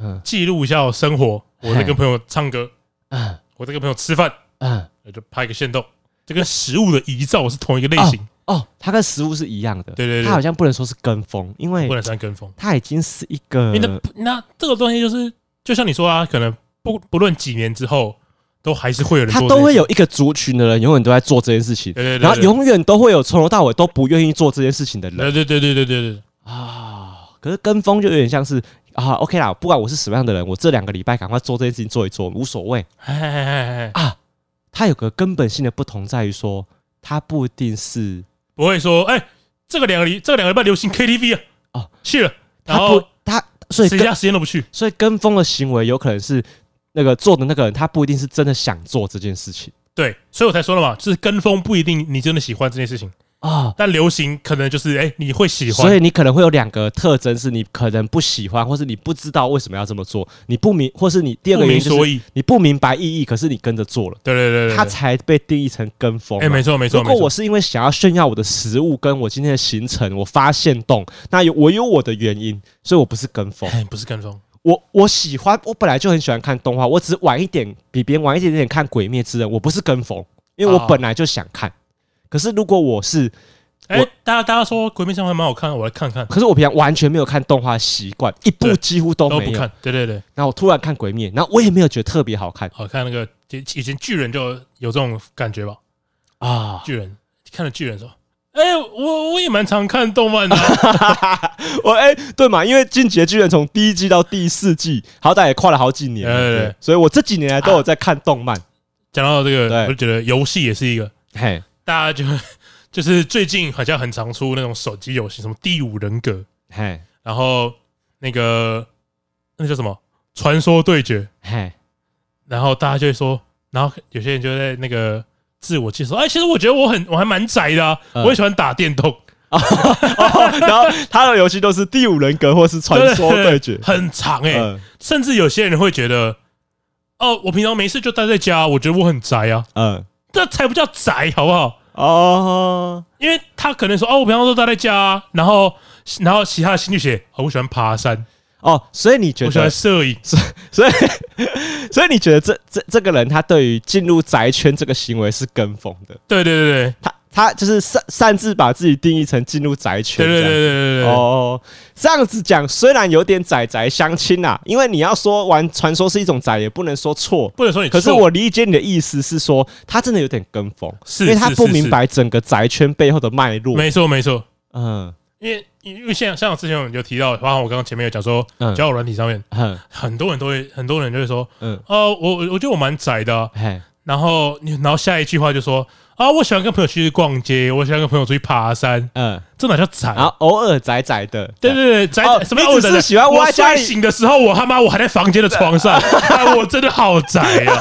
嗯
记录一下我生活，我在跟朋友唱歌，
嗯
我在跟朋友吃饭，
嗯，
我就拍一个线动，这跟食物的遗照是同一个类型，
哦，他跟食物是一样的，
对对对
他好像不能说是跟风，因为
不能算跟风。
他已经是一个
因为那那这个东西就是，就像你说啊，可能不不论几年之后，都还是会有人
他
做
都
这
会
件
有一个族群的人，永远都在做这件事情，
对对对
然后
对
永远都会有从头到尾都不愿意做这件事情的人
事。对对对对对对对，
啊。可是跟风就有点像是啊，OK 啦，不管我是什么样的人，我这两个礼拜赶快做这件事情做一做，无所谓
哎哎哎哎，
啊。它有个根本性的不同在于说，它不一定是
不会说，哎、这个两个礼，这个两个礼拜流行 KTV 啊，
哦
哦，去了，然
它不
后
它，所以
谁
跟
家时间都不去，
所以跟风的行为有可能是那个做的那个人，他不一定是真的想做这件事情
对，所以我才说了嘛，就是跟风不一定你真的喜欢这件事情，
啊。
但流行可能就是，哎、你会喜欢，
所以你可能会有两个特征，是你可能不喜欢，或是你不知道为什么要这么做，你不明，或是你第二
不
个原
明
因就
所
是
以，
你不明白意义，可是你跟着做了，
对对对对，
它
对
才被定义成跟风嘛。
哎、没错没错，
如果
没错
我是因为想要炫耀我的食物跟我今天的行程，我发现动，那有我有我的原因，所以我不是跟风。
哎、不是跟风，
我我喜欢，我本来就很喜欢看动画，我只是晚一点，比别人晚一点点看《鬼灭之刃》，我不是跟风，因为我
哦
本来就想看。可是如果我是，
哎、
我
大家大家说《鬼灭之刃》还蛮好看，我来看看，
可是我平常完全没有看动画的习惯，一部
对
几乎都
都
没
不
有。
看，对对对，
然后我突然看《鬼灭》，然后我也没有觉得特别好看
好看那个以以前巨人就有这种感觉吧，
啊！
巨人看了巨人说，哎、我我也蛮常看动漫的啊、
我哎、对嘛，因为《进击的巨人》从第一季到第四季，好歹也跨了好几年了，
对对
对
对
所以我这几年来都有在看动漫。
讲到这个，
对
我就觉得游戏也是一个。
嘿，
大家就 就是最近好像很常出那种手机游戏，什么《第五人格》，
嘿，
然后那个那叫什么《传说对决》，
嘿，
然后大家就会说，然后有些人就在那个自我介绍，哎，其实我觉得我很我还蛮宅的、啊，
嗯
我也喜欢打电动，
哦然后他的游戏都是《第五人格》或是《 传说 对决》
很长哎、
嗯。
甚至有些人会觉得，哦，我平常没事就待在家，我觉得我很宅啊，
嗯，
这才不叫宅，好不好？
哦，
因为他可能说，哦，我平常都待在家啊、然后然后其他的兴趣写，哦，我喜欢爬山，
哦，所以你觉
我喜欢
得，
摄影，
所以， 所以你觉得这这这个人他对于进入宅圈这个行为是跟风的，
对对对
他他就是擅擅自把自己定义成进入宅圈
对对
这
对对
样，
对对对对，
哦，这样子讲虽然有点宅宅相亲啦、因为你要说玩传说是一种宅，也不能说错。
不能说你错。
可是我理解你的意思是说，他真的有点跟风，
是
因为他
是
不
是
明
是
白整个宅圈背后的脉络。
没错没错，
嗯
因为因为像像之前我们就提到，包括我刚刚前面有讲说，
嗯
交友软体上面
嗯
很多人都会，很多人就会说，
嗯，
哦，我我我觉得我蛮宅的啊、
嘿，
然后你然后下一句话就说，啊，我喜欢跟朋友去逛街，我喜欢跟朋友出去爬山，
嗯，
这哪叫宅？
然后偶尔宅宅的，
对对对，宅
哦
什么？
你只
我宅
是
宅
喜欢窝
我
在家
睡
里
醒的时候，我他妈我还在房间的床上， 啊我真的好宅啊！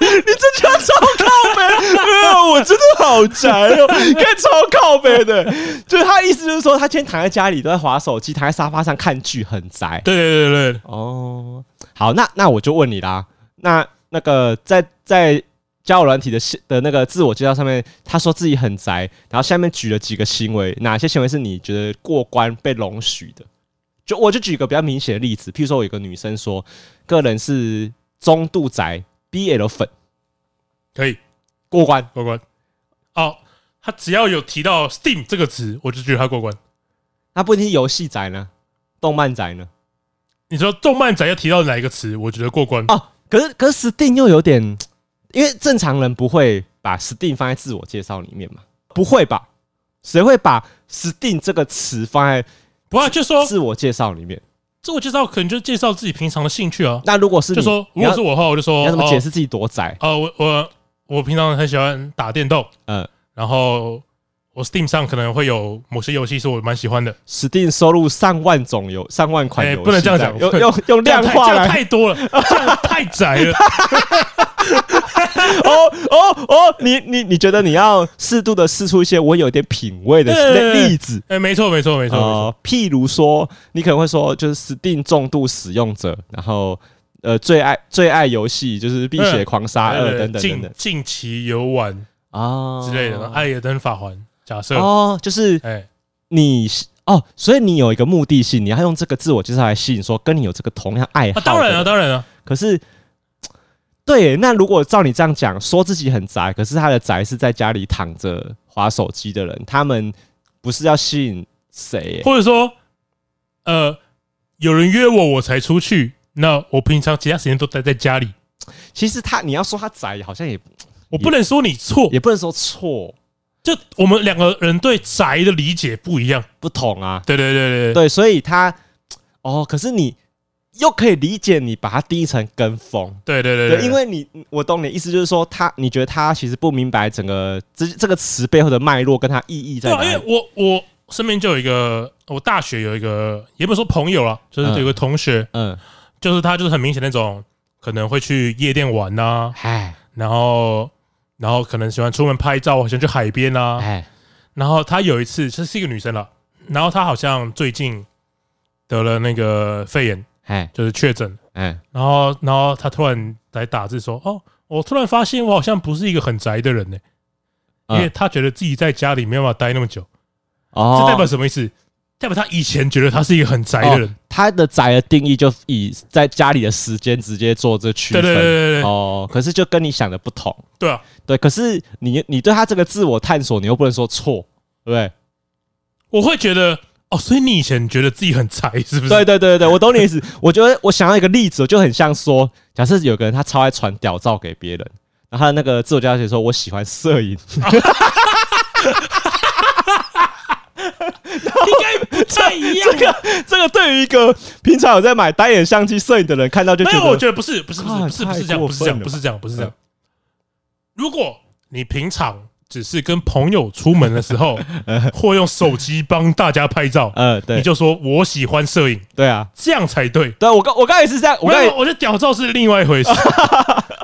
你这叫超靠北，没有， 我真的好宅哦，看超靠北的，就是他意思就是说，他今天躺在家里都在划手机，躺在沙发上看剧，很宅。
对对对对，
哦，好，那那我就问你啦，那那个在在交友软体的信的那个自我介绍上面，他说自己很宅，然后下面举了几个行为，哪些行为是你觉得过关被容许的？就我就举一个比较明显的例子，譬如说我有个女生说，个人是中度宅 BL 粉
可以
过关，
过关。哦，他只要有提到 Steam 这个词，我就觉得他过关。
那不一定是游戏宅呢，动漫宅呢？
你说动漫宅要提到哪一个词，我觉得过关。
哦，可是可是 Steam 又有点，因为正常人不会把 Steam 放在自我介绍里面嘛，不会吧？谁会把 Steam 这个词放在
不啊，就说
自我介绍里面？
自我介绍，可能就介绍自己平常的兴趣啊。
那如果是
就
你
说如
你
果
要
是我的话，我就
你
说
要怎么
哦
解释自己多宅？
哦，我我我平常很喜欢打电动，
嗯
然后我 Steam 上可能会有某些游戏是我蛮喜欢的，
，Steam 收入上万种游上万款
哎
游戏，
不能这样讲
用 用用
这样
量
太
化
这样
来。
太多了，这样太窄 了。
哦哦哦，你你你觉得你要适度的试出一些我有点品味的
对对对
例子，
哎，没错没错没错没错，
呃，譬如说，你可能会说，就是 Steam 重度使用者，然后呃，最爱最爱游戏就是《碧血狂杀二
呃》
啊等等等
近
等
近期游玩
啊
之类的，《艾尔登法环》假设，
哦，就是
哎，
你是哦，所以你有一个目的性，你要用这个自我介绍来吸引说跟你有这个同样爱好、
啊，当然了，，当然了，
可是。对耶，那如果照你这样讲，说自己很宅，可是他的宅是在家里躺着划手机的人，他们不是要吸引谁耶？
或者说，呃，有人约我我才出去，那我平常其他时间都待在家里，
其实他你要说他宅，好像也
我不能说你错，
也不能说错，
就我们两个人对宅的理解不一样。
不同啊。
对对对对对，
对，所以他哦，可是你又可以理解你把它第一层跟风。
对对对
对，因为你我懂你的意思，就是说他，你觉得他其实不明白整个这这个词背后的脉络跟它意义在
对
哪
啊，因为
里。
我我身边就有一个，我大学有一个，也不是说朋友啦，就是有一个同学，
嗯，
就是他就是很明显那种可能会去夜店玩呐、
哎
然后然后可能喜欢出门拍照，喜欢去海边啊呐、
哎
然后他有一次，这是一个女生了，然后她好像最近得了那个肺炎，
哎
就是确诊，
哎，
然后然后她突然来打字说，哦。我突然发现，我好像不是一个很宅的人呢、因为
嗯
她觉得自己在家里没有办法待那么久，
哦
这代表什么意思？代表他以前觉得他是一个很宅的人
哦，他的宅的定义就以在家里的时间直接做这区
对
分。
对对对对对
哦，可是就跟你想的不同。
对啊！
对，可是你你对他这个自我探索，你又不能说错，对不对？
我会觉得哦，所以你以前觉得自己很宅是不是？
对对对对，我懂你的意思。 我觉得我想要一个例子，就很像说，假设有个人他超爱传屌照给别人，然后他的那个自我介绍写说我喜欢摄 影，
应该不太一样。
这个这个对于一个平常有在买单眼相机摄影的人看到就
没
觉
有，我
得，啊
觉得不是，不是，不是，不是，不是这
太
样，
过
不是这样，
分了吧嗯
不是这样，不是这样。如果你平常只是跟朋友出门的时 候，或用手机帮大家拍照，
呃，
你
对
就说我喜欢摄影，
对啊，
这样才对。
对我刚我刚才也是这样，我
没
刚才
有，我觉得屌照是另外一 回事。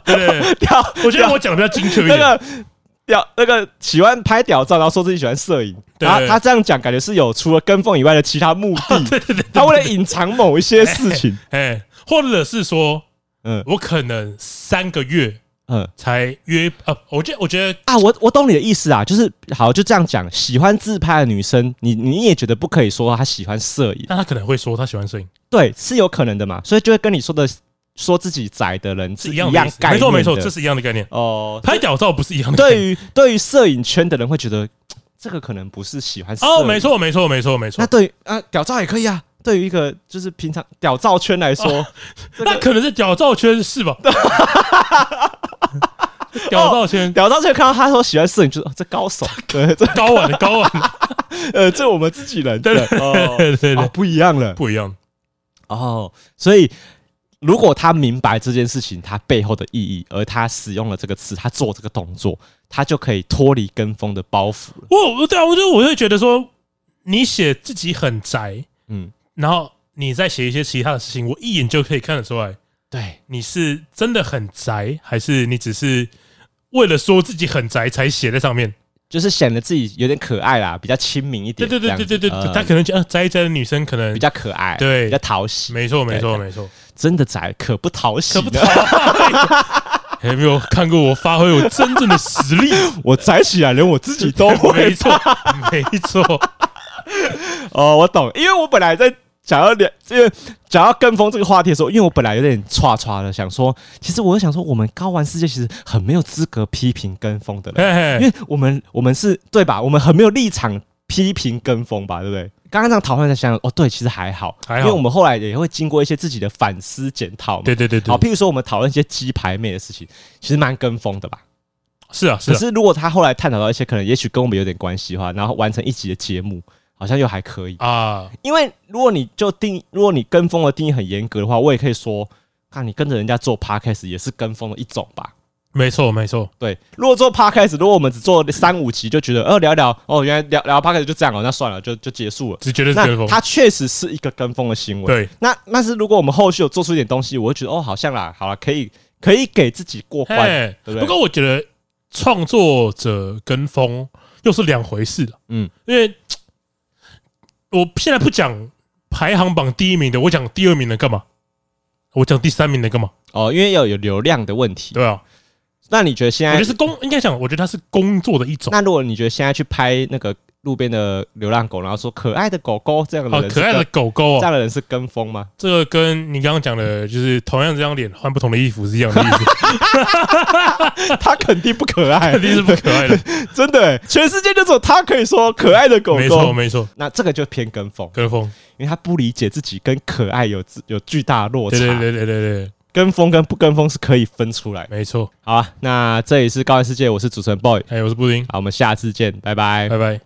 对对对，
屌
我觉得我讲的比较精确一
那
点。
个。屌那个喜欢拍屌照，然后说自己喜欢摄影，
对
然后他这样讲，感觉是有除了跟风以外的其他目 的。他为了隐藏某一些事 情，
哎，或者是说，
嗯
我可能三个月
嗯，
才约啊，我觉得我觉得
啊，我我懂你的意思啊，就是好，就这样讲。喜欢自拍的女生，你你也觉得不可以说她喜欢摄影，
但他可能会说他喜欢摄影，
对，是有可能的嘛，所以就会跟你说的说自己宅的人
是
一
一样
样
的意思，
概念
没错没错，
的
这是一样的概念。
哦。
拍屌照不是一样的概
对
念，
于对于摄影圈的人会觉得这个可能不是喜欢摄
哦，
影
没。错没错没错没错，
那对于啊，屌照也可以啊。对于一个就是平常屌照圈来说， 这个
那可能是屌照圈是 吧？屌照圈
屌照圈看到他说喜欢摄影，就是、哦、这 高手，对，这
高玩的高玩的，
呃，这我们自己人，
对
哦
对对
啊
对，
不一样了。
不一样。
哦，所以如果他明白这件事情它背后的意义，而他使用了这个词，他做这个动作，他就可以脱离跟风的包袱了。
我我对啊，我就我会觉得说，你写自己很宅，
嗯，
然后你再写一些其他的事情，我一眼就可以看得出来。
对，
你是真的很宅，还是你只是为了说自己很宅才写在上面？
就是显得自己有点可爱啦，比较亲民一
对
点这
对对
样
对
子。
对对，
呃
他可能觉得呃宅宅的女生可能
比较可爱，
对
比较讨喜。
没错
对
没错
对
没错，
真的宅可不讨喜
可
呢，
不讨有没有看过我发挥我真正的实力？
我载起来连我自己都会
没错， 没错。
哦，我懂，因为我本来在想要聊这个，想要跟风这个话题的时候，因为我本来有点歘歘的想说，其实我想说，我们高玩世界其实很没有资格批评跟风的人，
嘿
因
嘿
为我们我们是对吧？我们很没有立场批评跟风吧，对不对？刚刚这样讨论一下想想，哦，对，其实还好，
还好
因为我们后来也会经过一些自己的反思检讨嘛。
对对对对
好，，譬如说我们讨论一些鸡排妹的事情，其实蛮跟风的吧。
是啊是
可
啊，
是如果他后来探讨到一些可能也许跟我们有点关系的话，然后完成一集的节目，好像又还可以。
啊，
因为如果你就定，如果你跟风的定义很严格的话，我也可以说，啊，你跟着人家做 podcast 也是跟风的一种吧。
没错没错，
对，如果做 podcast，如果我们只做三五集就觉得，哦、聊一聊，哦，原来聊聊 podcast 就这样哦，那算了，就就结束了。
只觉得是跟
那
风。
它确实是一个跟风的行为。
对，
那但是如果我们后续有做出一点东西，我会觉得，哦，好像啦，好了，可以可以给自己过关。
哎，
对不对
不过我觉得创作者跟风又是两回事了。
嗯
嗯，因为我现在不讲排行榜第一名的，我讲第二名的干嘛？我讲第三名的干嘛？
哦，因为要有流量的问题。
对啊，
那你觉得现
我觉得
在
是工，应该讲，我觉得它是工作的一种。
那如果你觉得现在去拍那个路边的流浪狗，然后说可爱的狗狗这样的
好
人是
啊可
跟，
爱的狗狗
这
哦，
样的人是跟风吗？
这个跟你刚刚讲的，就是同样这张脸换不同的衣服是一样的意思，
他 肯定不可爱
肯，定是不可爱的。
真的欸，全世界就只有他可以说可爱的狗
没错，
狗。
没错，
那这个就偏跟风，
跟风，
因为他不理解自己跟可爱有自有巨大的落差。
对对对对对对，
跟风跟不跟风是可以分出来的。
没错。
好啊，那这里是高玩世界，我是主持人 boy，
哎，我是布丁，
好，我们下次见，拜拜
拜拜。